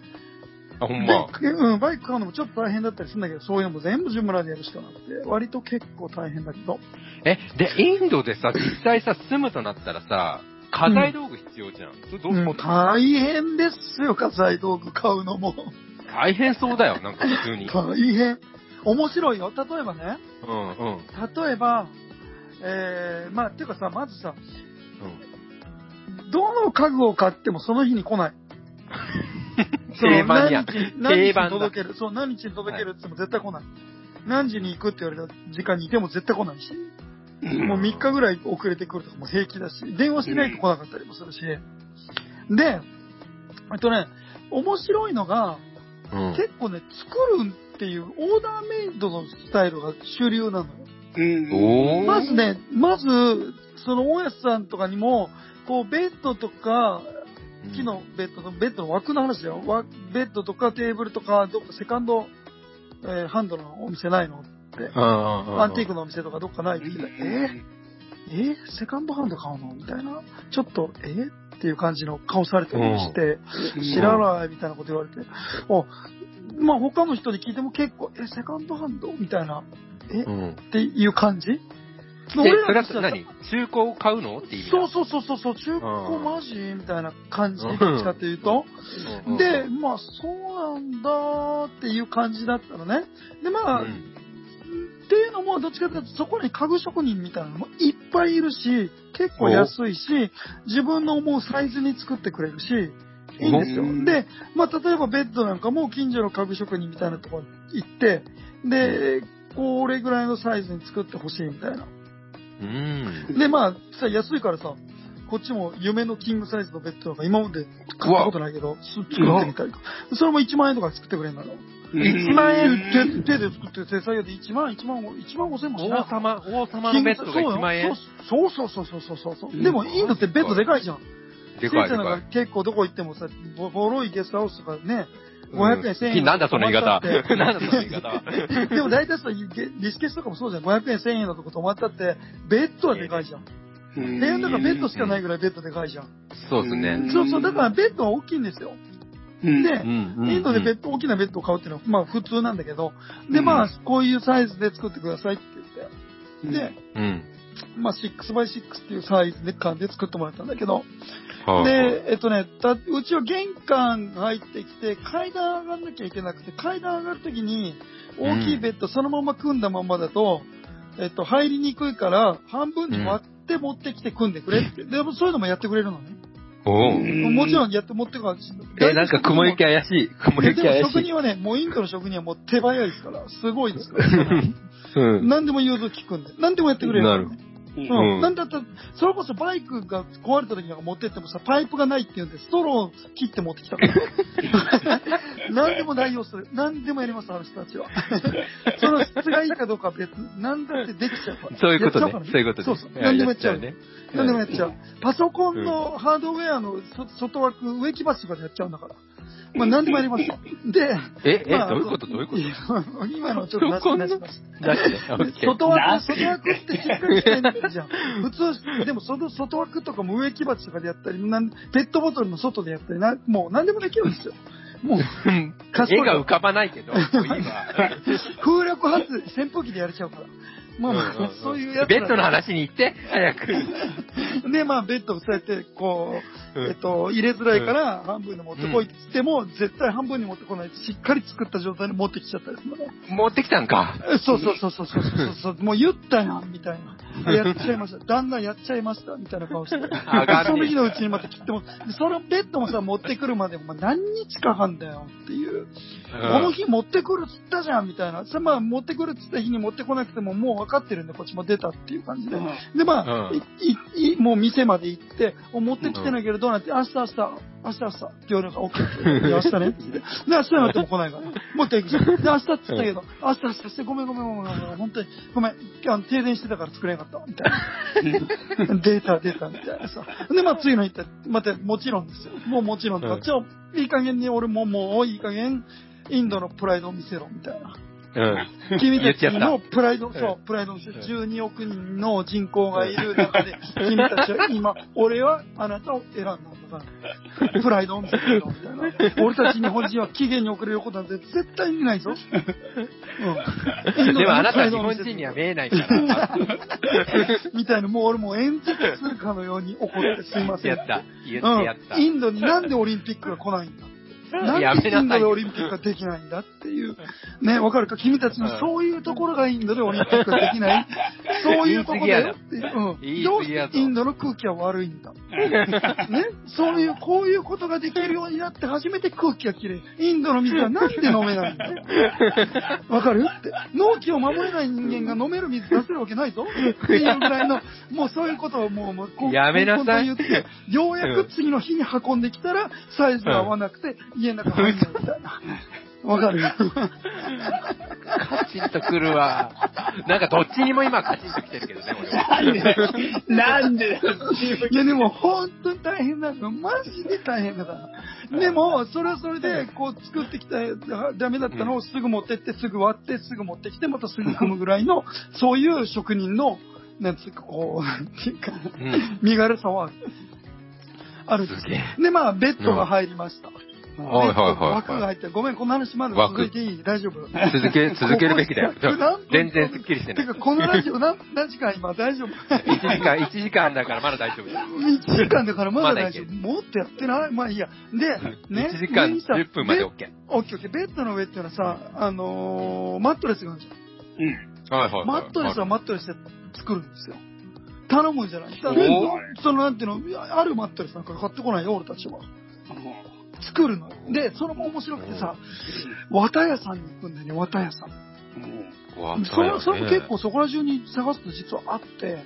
S3: あ、ほんま。
S4: でうん、バイク買うのもちょっと大変だったりするんだけど、そういうのも全部自分らでやるしかなくて、割と結構大変だけど。
S3: え、で、インドでさ、実際さ、住むとなったらさ、家財道具必要じゃん。それどう
S4: うん
S3: も
S4: 大変ですよ、家財道具買うのも。
S3: 大変そうだよ、なんか普通に。
S4: 大変。面白いよ。例えばね、
S3: うん、うん、
S4: 例えば、えー、まあ、てかさ、まずさ、
S3: う
S4: どの家具を買ってもその日に来ない。
S3: ん。定番や
S4: 何。日何
S3: 定
S4: 日に
S3: 番だ
S4: 届ける。そう、何日に届けるって言っても絶対来ない。何時に行くって言われた時間にいても絶対来ないし、もう3日ぐらい遅れてくるとかも平気だし、電話しないと来なかったりもするし。で、えっとね、面白いのが、
S3: うん。
S4: 結構ね、作るっていうオーダーメイドのスタイルが主流なのよ。
S3: おー。
S4: まずね、まず、その大家さんとかにも、こう、ベッドとか、木のベッドの、ベッドの枠の話だよ。わベッドとかテーブルとか、どっかセカンド、えーハンドのお店ないの
S3: うん、うん、うん。
S4: アンティークのお店とかどっかないって言ったらえーえーセカンドハンド買うのみたいな。ちょっと、えーっていう感じの顔されてまして、知らないみたいなこと言われて、あ、まあ他の人に聞いても結構、え、セカンドハンドみたいな、え、
S3: うん。
S4: っていう感じ
S3: え、そ
S4: 俺ら
S3: れ
S4: とし
S3: は
S4: ては
S3: 何中古を買うのって意味
S4: そう
S3: だ
S4: そうそうそうそう、中古マジみたいな感じ、ど
S3: う
S4: っ
S3: ん
S4: ちかっていうと。
S3: うん
S4: で、、まあ、そうなんだっていう感じだったのね。で、まあ、
S3: う
S4: っ
S3: ん
S4: ていうのも、どっちかっていうと、そこに家具職人みたいなのもいっぱいいるし、結構安いし、自分の思うサイズに作ってくれるし、いいんですよ
S1: う。ん
S4: で、まあ、例えばベッドなんかも近所の家具職人みたいなところに行って、で、これぐらいのサイズに作ってほしいみたいな。
S3: うん。
S4: で、まあ、さ、安いからさ、こっちも夢のキングサイズのベッドとか今まで買ったことないけど、す作ってみたいと。それも1万円とか作ってくれんなの。
S1: うん
S3: 1万円
S4: 手手で作って、手作業で1万、1万、1万5千もしない
S3: 王。様、王様のベッドが1万円。
S4: そうそうそうそうそうそうそう、
S1: うん
S4: でもインドってベッドでかいじゃん。
S3: でかい、で
S4: せいちゃんな
S3: か
S4: ん
S3: い
S4: か。結構どこ行ってもさ、ボボロいゲストハウスとかね、500円、1000
S3: うん
S4: 円。
S3: なんだその言い方。
S4: 泊まっちゃって
S3: なんだその言い方。
S4: でも大体さ、ゲリスケスとかもそうじゃん。500円、1000円のとこ泊まったって、ベッドはでかいじゃん。
S1: うん
S4: 部屋の中ベッドしかないぐらいベッドでかいじゃん。
S3: そうです
S1: う
S3: ね
S1: ん。
S4: そうそう、だからベッドは大きいんですよ。
S1: うん
S4: で、
S3: ん
S4: インドでベッド、大きなベッドを買うっていうのは、まあ普通なんだけど、で、
S3: うん
S4: まあ、こういうサイズで作ってくださいって言って、で、
S3: うん。
S4: まあ 6x6 っていうサイズで感で作ってもらったんだけど、
S3: はい
S4: で、えっとね、だうちは玄関入ってきて、階段上がんなきゃいけなくて、階段上がるときに、大きいベッドそのまま組んだままだと、えっと、入りにくいから、半分に割って持ってきて組んでくれって。でも、そういうのもやってくれるのね。
S3: おう
S1: うん
S4: もちろんやって持ってくるし
S3: え、なんか雲行き怪しい。雲
S4: いや
S3: 行き
S4: でも
S3: 怪し
S4: 職
S3: い。
S4: 人はね、もうインドの職人はもう手早いですから、すごいです から。
S3: うん。
S4: 何でも融通聞くんで、何でもやってくれる。
S3: なる。
S1: うん
S4: うん。
S3: うん
S4: なんだったら、それこそバイクが壊れた時なんか持ってってもさ、パイプがないって言うんで、ストロー切って持ってき たから。何でも代用する。何でもやります、あの人 たちは。その質がいいかどうかは別。何だってできちゃうから。
S3: そういうこと
S4: やっ
S3: ね
S4: ちゃ。から
S3: そういうことね。
S4: そうそう。
S3: いや
S4: 何でもやっちゃう。
S3: ね。
S4: 何でもやっちゃう。パソコンのハードウェアのそ外枠、植木鉢とかでやっちゃうんだから。まあ何でもやりますよ。 で、
S3: え、え、
S4: まあ
S3: どういうことどういう こと
S4: いや今のはちょっとなしなしなし。
S3: だってね、オッケー
S4: 外
S1: な
S4: 枠、
S1: し
S4: 外枠ってしっかりしてんじゃん。普通、でもその外枠とかも植木鉢とかでやったり、なんペットボトルの外でやったり、なもう何でもできるんですよ。 もう、
S3: うん
S4: 賢い
S3: 絵が浮かばないけど、もういいわ。
S4: 風力発電、扇風機でやれちゃうから。まあ
S3: うん
S4: ま
S3: う
S4: あ
S3: ん、
S4: そういうやつ。
S3: ベッドの話に行って、早く。
S4: で、まあ、ベッドをそうやって、こう、
S3: うん
S4: えっと、入れづらいから、半分に持ってこいって言っても、絶対半分に持ってこない。しっかり作った状態で持ってきちゃったりするのね。
S3: 持ってきたんか。
S4: そうそうそうそうそうそうそう、 もう言ったやん、みたいな。やっちゃいました。だんだんやっちゃいました、みたいな顔して。
S3: がって
S4: その日のうちにまた切っても、でそのベッドもさ、持ってくるまでも、まあ、何日かかんだよっていう。
S3: う
S4: この
S3: ん
S4: 日持ってくるっつったじゃん、みたいな。さ、まあ、持ってくるっつった日に持ってこなくても、もう分かってるんで、こっちも出たっていう感じで。で、まあ、
S3: うん
S4: いいいもう店まで行って、お持ってきてないけど、どうなって、明日、明日、明日、明日、って言われるから、OK。明日 ね。って言ってで、明日になっても来ないから、もう一回行くじゃん。で、明日って言ったけど、明日、明日して、ごめん、ごめん、ごめん、ごめんごめん、本当に、ごめん、あの停電してたから作れなかった、みたい な。データ、データ、みたいなさ。で、まあ、次の日って、待って、もちろんですよ。もうもちろんとか
S3: うん
S4: じゃあ、いい加減に俺も、もういい加減、インドのプライドを見せろ、みたいな。
S3: うん。
S4: 君たち
S3: 言っちゃ
S4: の
S3: っ
S4: プライド、
S3: ん
S4: そう、プライドの12億人の人口がいる中で、君たちは今、俺はあなたを選んだんだから、プライドを見せてよ、みたいな。俺たち日本人は期限に遅れることなんて絶対にないぞ。うん。
S3: でもあなたは日本人には見えないから。
S4: みたいな、もう俺もう演説するかのように怒ってすいません。
S3: やった。言
S4: う
S3: って
S4: ん
S3: やった。
S4: インドになんでオリンピックが来ないんだな
S3: や
S4: んで
S3: め
S4: インド
S3: なさい
S4: で
S3: よ
S4: オリンピックができないんだっていう。ね、わかるか君たちのそういうところがインドでオリンピックがで きない。そういうところだよっていう。うん
S3: 言い過ぎや
S4: どうしてインドの空気は悪いんだ。ね、そういう、こういうことができるようになって初めて空気がきれい。インドの水はなんで飲めないんだよわかるって。納期を守れない人間が飲める水出せるわけないぞっていうぐらいの、もうそういうことをもう、もうこう、
S3: やめなさい
S4: 根本と言ってようやく次の日に運んできたら、サイズが合わなくて、家の中入んないみたいな。 わかる
S3: カチンとくるわ。なんかどっちにも今カチンと来てるけどね、俺は。
S1: なんで自分
S4: いやでも本当に大変なの。マジで大変 だから。でも、それはそれで、こう作ってきた、ダメだったのをすぐ持ってって、すぐ割って、すぐ持ってきて、またすぐ組むぐらいの、そういう職人の、なんつうか、こう、なんていうか、
S3: うん。
S4: 身軽さはある。あるんです
S3: すげえ。
S4: で、まあ、ベッドが入りました。
S3: はいはいはいはい
S4: 枠が入って、ごめん、この話まだ続いていい大丈夫。
S3: 続け、続けるべきだよ全然スッキリしてな
S4: て
S3: い。
S4: か、このラジオ何何時間今大 丈夫
S3: 1時間、1時間だからまだ大丈夫だよ。
S4: 1時間だからまだ
S3: まだ
S4: 大
S3: いけ
S4: 丈
S3: る
S4: 夫。もっとやってないまあいいや。 で、ね。
S3: 1時間
S4: 上にさ
S3: 10分まで
S4: ベッ
S3: OK。
S4: オッケーオッケー。ベッドの上っていうのはさ、あのー、マットレスがあるじゃん。
S3: はいはいはい。
S4: マットレスはマットレスで作るんですよ。頼むんじゃない。だから
S3: お
S4: そのなんていうの、あるマットレスなんか買ってこないよ、俺たちは。作るのよ。で、それも面白くてさ、綿屋さんに行くんだよね、綿屋さん。
S3: わか
S4: そ
S3: るよ
S4: れ
S3: ね
S4: それも結構そこら中に探すと実はあって、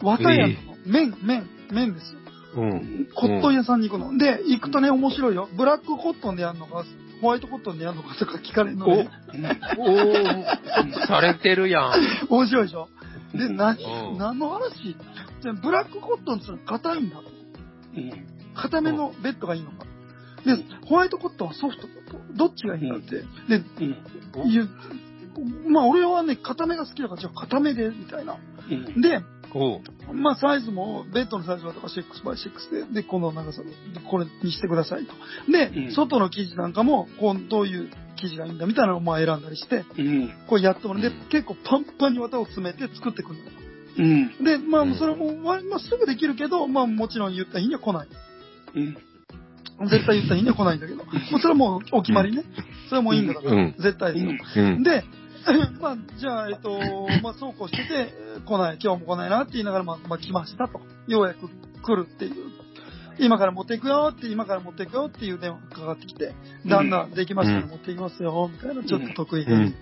S4: 綿屋の麺、麺、麺ですよ。
S3: うん。
S4: コットン屋さんに行くの。で、行くとね、面白いよ。ブラックコットンでやるのか、ホワイトコットンでやるのかとか聞かれるのね。
S3: おー、されてるやん。
S4: 面白いでしょ。で、何
S3: う、ん
S4: 何の話でブラックコットンってのは硬いんだ。硬めのベッドがいいのか。で、ホワイトコットンはソフトだと。どっちがいいんだって。で、いやまあ俺はね、硬めが好きだから、じゃあ硬めで、みたいな。で、
S3: おー
S4: まあサイズも、ベッドのサイズはだから 6x6 で、で、この長さ、これにしてくださいと。で、
S1: うん
S4: 外の生地なんかも、こう、どういう生地がいいんだみたいなのをまあ選んだりして、こうやってもらって、
S3: うん
S4: 結構パンパンに綿を詰めて作ってくるの。で、まあ
S3: うん
S4: それも、まあまあすぐできるけど、まあもちろん言った日には来ない。絶対言った日には来ないんだけど、もうそれはもうお決まりね。それはもういいんだから、
S3: うん
S4: 絶対ですよ。
S3: うん。
S4: で、 まあ、じゃあ、えっと、まあ、そうこうしてて、えー来ない、今日も来ないなって言いながら、まあ、まあ、来ましたと。ようやく来るっていう。今から持っていくよって、今から持っていくよっていう電話がかかってきて、旦那、できましたら持っていきますよ、みたいな、ちょっと得意げに。
S3: うん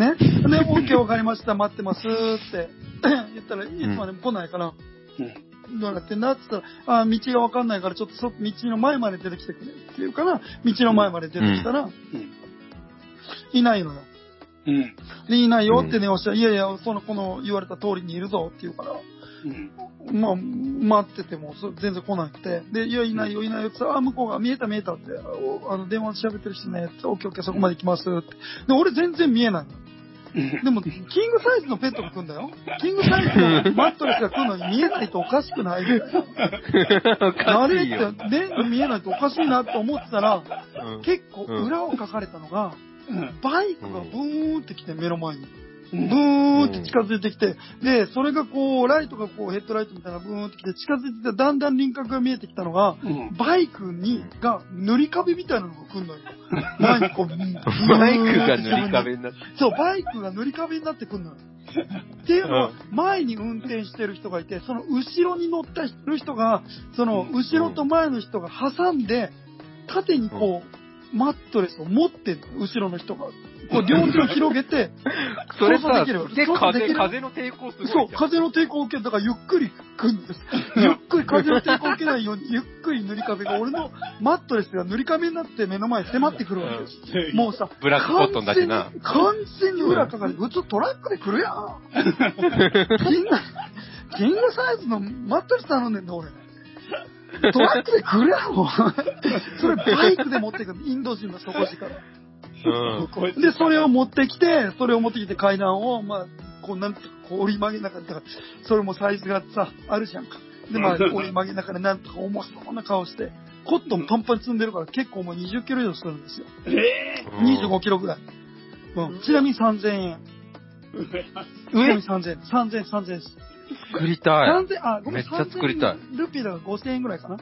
S4: ね。で、OK わかりました、待ってますって 言ったら、いつまでも来ないから、どうなってんだって言ったら、あー道がわかんないから、ちょっとそ道の前まで出てきてくれって言うから、道の前まで出てきたら、いないのよ。で、いないよって電話したら、いやいや、その、この言われた通りにいるぞって言うから、まあ、待ってても、そ全然来なくて、で、いや、いないよ、いないよって言ったら、あ、向こうが見えた見えたって、おあの、電話で喋ってる人ね、って、オッケーオッケー、そこまで行きますって。で、俺全然見えないの。でも、キングサイズのペットが来るんだよ。キングサイズのマットレスが来るのに見えないとおかしくないみたいな。
S3: お
S4: あ
S3: か
S4: れ
S3: し
S4: っ
S3: いよ。
S4: て、ね、見えないとおかしいなって思ってたら、
S3: うん
S4: 結構裏を書かれたのが、バイクがブーンって来て目の前に。ブーンって近づいてきて、で、それがこう、ライトがこう、ヘッドライトみたいなブーンってきて、近づいてきて、だんだん輪郭が見えてきたのが、バイクに、が、塗り壁みたいなのが 来るのよ。バイクこう、
S3: マイクが塗り壁になって。
S4: そう、バイクが塗り壁になってくるのよ。っていうのは
S3: う、
S4: 前に運転してる人がいて、その後ろに乗ったる人が、その
S1: うん
S4: 後ろと前の人が挟んで、縦にこう、マットレスを持ってんの後ろの人が。こう、両手を広げて、
S3: それ
S4: 操作
S3: さ、
S4: できるよ
S3: すげえ
S4: 操作できる
S3: 風、
S4: よ
S3: 風の抵抗すごいじゃ
S4: そ
S3: ん。
S4: う、風の抵抗を受けるだからゆっくり来るんです。ゆっくり風の抵抗を受けないように、ゆっくり塗り壁が、俺のマットレスが塗り壁になって目の前に迫ってくるわけです。もうさ、
S3: ブラックコットンだしな
S4: 完全に完全に裏かかる。普通トラックで来るやん。キング、キングサイズのマットレス頼んでんだ俺。トラックで来るやろ。それバイクで持ってくる。インド人の底力。
S3: うん。
S4: で、それを持ってきて、それを持ってきて階段を、まあ、こうなんとかこう折り曲げながら、だから、それもサイズがさ、あるじゃんか。で、まあ、折り曲げながらなんとか重そうな顔して、コットンパンパン積んでるから結構もう20キロ以上するんですよ。25キロぐらい。うん。ちなみに3000円。ちなみに3000円。3000円、3000円です。
S3: 作りたい。
S4: 3000あ、ご
S3: め
S4: めん、
S3: っちゃ作りたい
S4: 3000ルピーだから5000円ぐらいかな。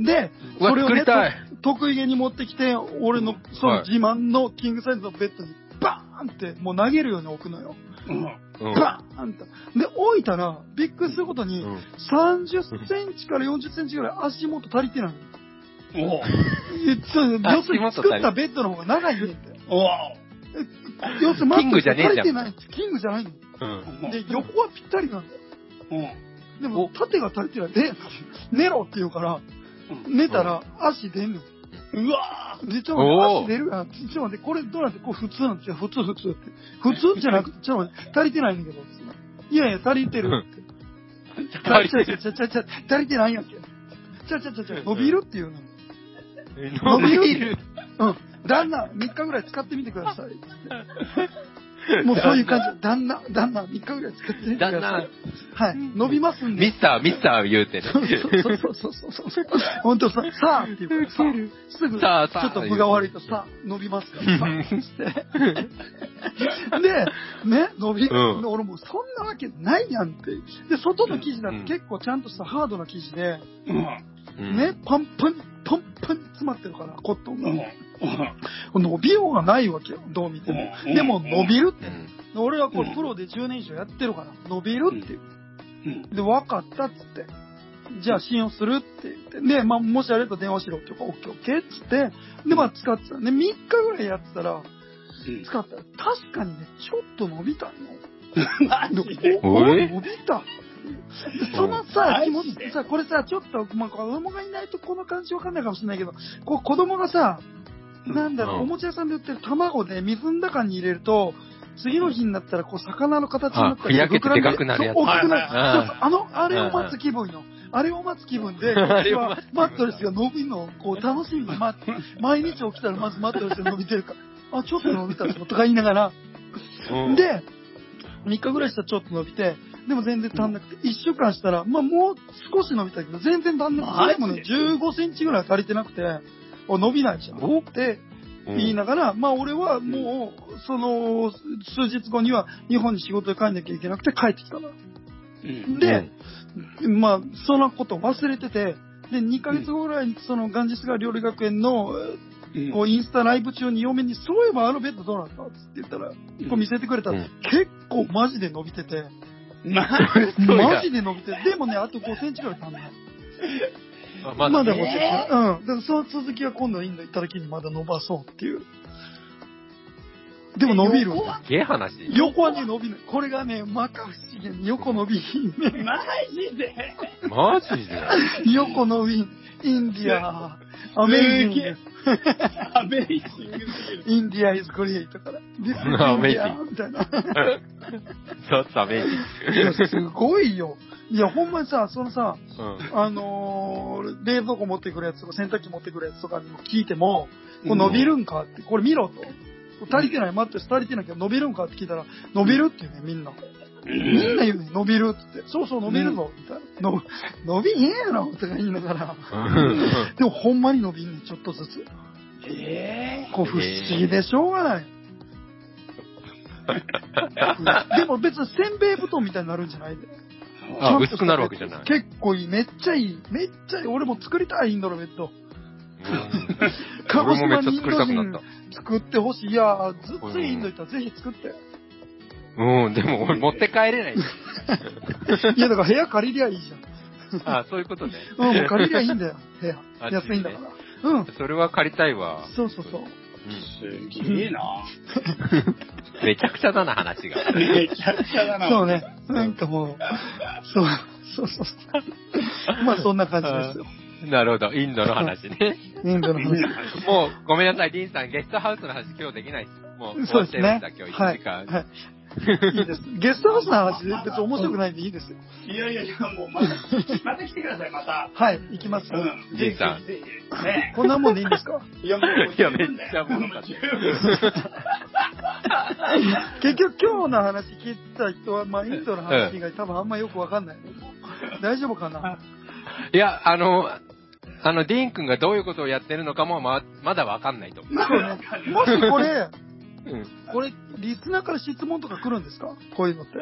S4: で、
S3: うわ
S4: それを
S3: 作
S4: ね
S3: りたい。
S4: 得意げに持ってきて、俺のその
S3: はい
S4: 自慢のキングサイズのベッドにバーンってもう投げるように置くのよ。
S3: うん
S4: バーンと。で、置いたら、びっくりすることに、
S3: うん
S4: 30センチから40センチぐらい足元足りてないの。えそう要するに
S3: 足元足り
S4: 作ったベッドの方が長いねんて。要するにマッ
S3: キングじゃねえじゃん
S4: 足りてない。キングじゃないの。
S3: うん
S4: で、横はぴったりなんだよ。でも、縦が足りてない。で、寝ろって言うから、寝たら足出んの。
S1: うわ
S4: で、ちょっ
S3: おー
S4: と足出るやん。ちょっと待って、これどうなって、これ普通なんですよ。普通、普通って。普通じゃなくて、ちょっと待って、足りてないんだけど。いやいや、足りてるって。
S3: 足りてる
S4: ちゃちゃちゃちゃ足りてないんやんけ。ちゃちゃちゃちゃ、伸びるっていうの。
S3: 伸びる。
S4: うん。旦那、3日ぐらい使ってみてください。もうそういう感じ。旦那、旦那、3日ぐらい使ってみてくださ
S3: 旦
S4: い。
S3: 那
S4: はい。伸びますんで。
S3: ミスター、ミスター言うてね。
S4: そうそうそうそうそうそうそう。本当さ、さあっていうからさ、すぐ、
S3: さあさあ
S4: ちょっと具が悪いとさ、伸びますから、さあって。で、ね、伸び、
S3: うん
S4: 俺もうそんなわけないやんって。で、外の生地だって結構ちゃんとしたハードな生地で、
S1: うん。
S3: うん
S4: ね、パンパン、パンパンに詰まってるから、コットン
S1: うん。
S4: が。伸びようがないわけよ、どう見ても。でも伸びるっ
S3: う
S4: て。
S3: ん
S4: 俺はこ
S1: う
S4: れ
S1: ん
S4: プロで10年以上やってるから、伸びるっていう。
S1: うん。
S4: で、分かったっつって。じゃあ信用するって言って。で、まあ、もしあれだと電話しろって言うから、オッケーオッケーっつって。で、まあ、使ってた。で、3日ぐらいやってたら、使ったら、確かにね、ちょっと伸びたの。
S1: マジで
S4: でおお
S3: え
S4: 伸びた。でそのさ、
S1: うん
S4: 気持ちってさ、これさ、ちょっと、まあ、子供がいないとこの感じわかんないかもしれないけど、こう子供がさ、なんだろう、
S3: うん
S4: おもちゃ屋さんで売ってる卵で水の中に入れると、次の日になったら、こう、魚の形になったり
S3: あふやけてでかくなるやつ
S4: そう大きくなる
S1: はい
S3: はいはい
S4: そうそうあの、あれを待つ気分よ。あれを待つ気分で、
S3: あ
S4: 私
S3: れを待
S4: はマットレスが伸びるのをこう楽しみに待って、毎日起きたらまずマットレスが伸びてるから、あ、ちょっと伸びたぞとか言いながら、
S3: うん
S4: で、3日ぐらいしたらちょっと伸びて、でも全然足んなくて、1週間したら、まあもう少し伸びたけど、全然足んなくて、そ
S1: マジで
S4: れもね、15センチぐらい足りてなくて、あ伸びないじゃん。
S3: お
S4: って
S3: うん
S4: 言いながら、まあ俺はもう、その、数日後には日本に仕事で帰んなきゃいけなくて帰ってきたの。
S1: うん。
S4: で、まあ、そのこと忘れてて、で、2ヶ月後ぐらいに、その、ガンジス川料理学園の、
S1: うん
S4: こう、インスタライブ中に嫁に、そういえばあのベッドどうなったって言ったら、こう見せてくれたら、
S3: うん
S4: 結構マジで伸びてて、
S1: マ
S3: そうや
S4: マジで伸びてて、でもね、あと5センチぐらい足んない。
S3: あ
S4: ま
S3: まだ
S4: だ
S3: ね
S4: 5センチ。
S1: え
S4: うん。だからその続きは今度インド行った時にまだ伸ばそうっていう。でも伸びる。
S1: 横は
S3: げえ話。
S4: 横はね、伸びない。これがね、まか不思議に横伸びひんね。
S1: マジで
S3: マジ で。
S4: 横のウィン、インディア、アメイジング、
S1: アメイジングすぎる。
S4: インディアイズクリエイ トから、This is
S3: アメイジ
S4: India
S3: ング
S4: みたいな。
S3: そうダメージ。
S4: いや、すごいよ。いや、ほんまにさ、そのさ、
S3: うん
S4: あのー、冷蔵庫持ってくるやつとか洗濯機持ってくるやつとかにも聞いても、これ伸びるんかって、これ見ろと。足りてない、待って、足りてないけど伸びるんかって聞いたら、伸びるって言うね、みんな。みんな言うね、伸びるって。そうそう、伸びるぞ、みたいな。の伸びへんやろ、とか言いながら。でもほんまに伸びんねんちょっとずつ。
S1: え
S4: こう不思議でしょうが ない。でも別にせんべい布団みたいになるんじゃないで。
S3: あ、薄くなるわけじゃない。
S4: 結構いい、めっちゃいい。めっちゃいい。俺も作りたい、インドのベッド。
S3: うん
S4: 鹿児
S3: 俺もめっ
S4: 島
S3: ちゃ
S4: にイ
S3: 作りたくな
S4: ンド人
S3: っ
S4: 作ってほしい。いやー、ずっ
S3: うん
S4: とインド行ったらぜひ作って。
S3: た。うん、でも俺持って帰れない。
S4: いや、だから部屋借りりゃいいじゃん。
S3: あ、そういうことね。
S4: うん、もう借りりゃいいんだよ、部屋。
S3: あ
S4: 安いんだから。うん。
S3: それは借りたいわ。
S4: そうそうそう。
S3: うん
S1: すげえな。
S3: めちゃくちゃだな、話が。
S1: めちゃくちゃだな。
S4: そうね。なんかもう、そう、そうそうそう。まあそんな感じですよ。
S3: なるほど、インドの話ね。
S4: インドの話。
S3: もう、ごめんなさい、リンさん、ゲストハウスの話今日できないです。もう、終
S4: そう
S3: わっ
S4: です
S3: ちゃいまし
S4: ね
S3: た、。今日
S4: は
S3: 1
S4: い。
S3: 時間。
S4: はいいいです。ゲストハウスの話、別に面白くないんでいいですよ。
S1: いやいやいや、もうまた、また来てください、また。
S4: はい、行きます。
S1: うん。
S3: じいさん
S1: ぜひぜひね
S4: こんなもんでいいんですか
S1: いや、もう、
S3: いやめっちゃおもろかった
S1: 十分
S4: 結局今日の話聞いた人は、まあ、インドの話以外多分あんまよくわかんない。大丈夫 かな
S3: いや、あの、あの、ディーン君がどういうことをやってるのかもま、まだわかんないと思う。
S4: そうね。もしこれ、
S3: うん
S4: これ、リスナーから質問とか来るんですかこういうのって。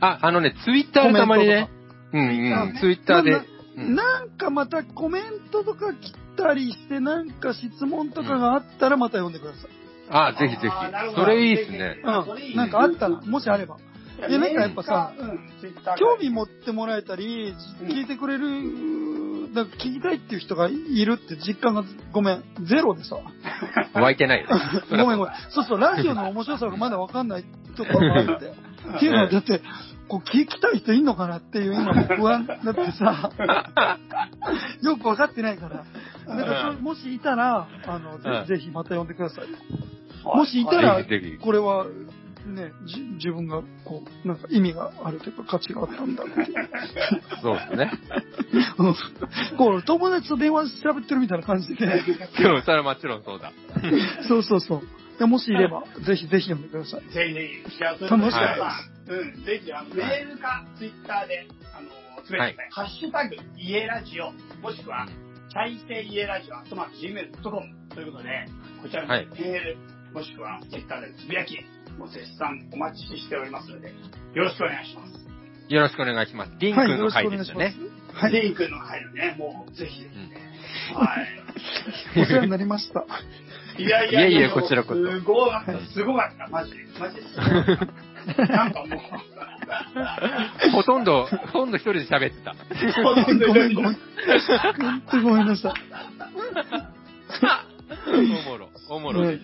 S3: あ、あのね、ツイッターでたまにね。うんうん、ツイッターで。
S4: な
S3: うん
S4: なんかまたコメントとか来たりして、なんか質問とかがあったらまた読んでください。
S3: あ、ぜひぜ
S1: あーなる
S3: ひ。
S1: ほ
S3: そ
S1: ど
S3: れいいですね。
S1: あそれい
S4: うん。
S1: い
S4: なんかあったら、もしあれば。いやなんかやっぱさ、
S1: うん、Twitter
S4: 興味持ってもらえたり、聞いてくれる、だから聞きたいっていう人がいるって実感が、ごめん、ゼロ でさ。
S3: 湧いて ないよ。
S4: ごめんごめん。そうそう、ラジオの面白さがまだわかんないところがあって。っていうのは、だって、こう聞きたい人いんのかなっていう今も不安だっ てさ、よくわかってないから。だからそ、もしいたら、あの、
S3: うん
S4: ぜぜひまた呼んでください。
S1: はい
S4: もしいたら
S3: ぜひぜひ、
S4: これは、ね、じ自分が、こう、なんか意味があるというか価値があったんだっていう。
S3: そうですね。
S4: うんこう、 友達と電話しゃべってるみたいな感じで。
S3: でも、それはもちろんそうだ。
S4: そうそうそう。でもしいれば、ぜひぜひ読んでください。
S1: ぜひぜひ。じゃあ、それ
S4: 楽
S3: しかった
S1: 皆さんうん、ぜひ、あの、メールか、ツイッターで、あの、つめてください。ハッシュタグ、家ラジオ、もしくは、チャイセイ家ラジオ、アットマーク、gmail.com ということで、こちらの
S3: はい
S1: メール、もしくは、ツイッターでつぶやき、もう絶賛お待ちしておりますので、よろしくお願いします。
S3: よろしくお願いします。リン
S4: は
S3: ク
S4: い、よ
S3: の
S4: ろしく
S3: 回
S4: お願
S3: で
S4: い
S3: し
S4: したます
S3: ね。。
S4: はい。
S1: レイ君の入るね、もう、ぜひですね。はい。
S4: お世話になりました。
S1: いやいや
S3: いえいえこちらこそ
S1: すごかった、すごかった、マジで。マジですごか った。なんかもう、
S3: ほとんど、ほとんど一人で喋っ てた。
S1: ほとんど
S4: ご
S1: い
S4: め
S1: ろい
S4: んご
S1: ろ
S4: めん。本当ごめんなさい。
S3: おもろ、おもろです。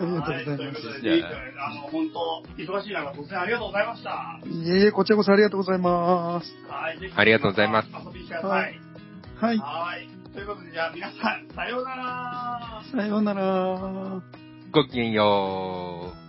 S4: ありがとうございま
S1: はということ
S4: す。
S1: で、レイ君、あの、本当、忙しい中、突然ありがとうございました。
S4: いえいえ、こちらこそありがとうございます。
S1: はい、ぜひ
S3: ありがとうございます。
S1: 遊びに来てください。
S4: はい。
S1: はい。ということで、じゃあ皆さん、さようなら。
S4: さようなら。
S3: ごきげんよう。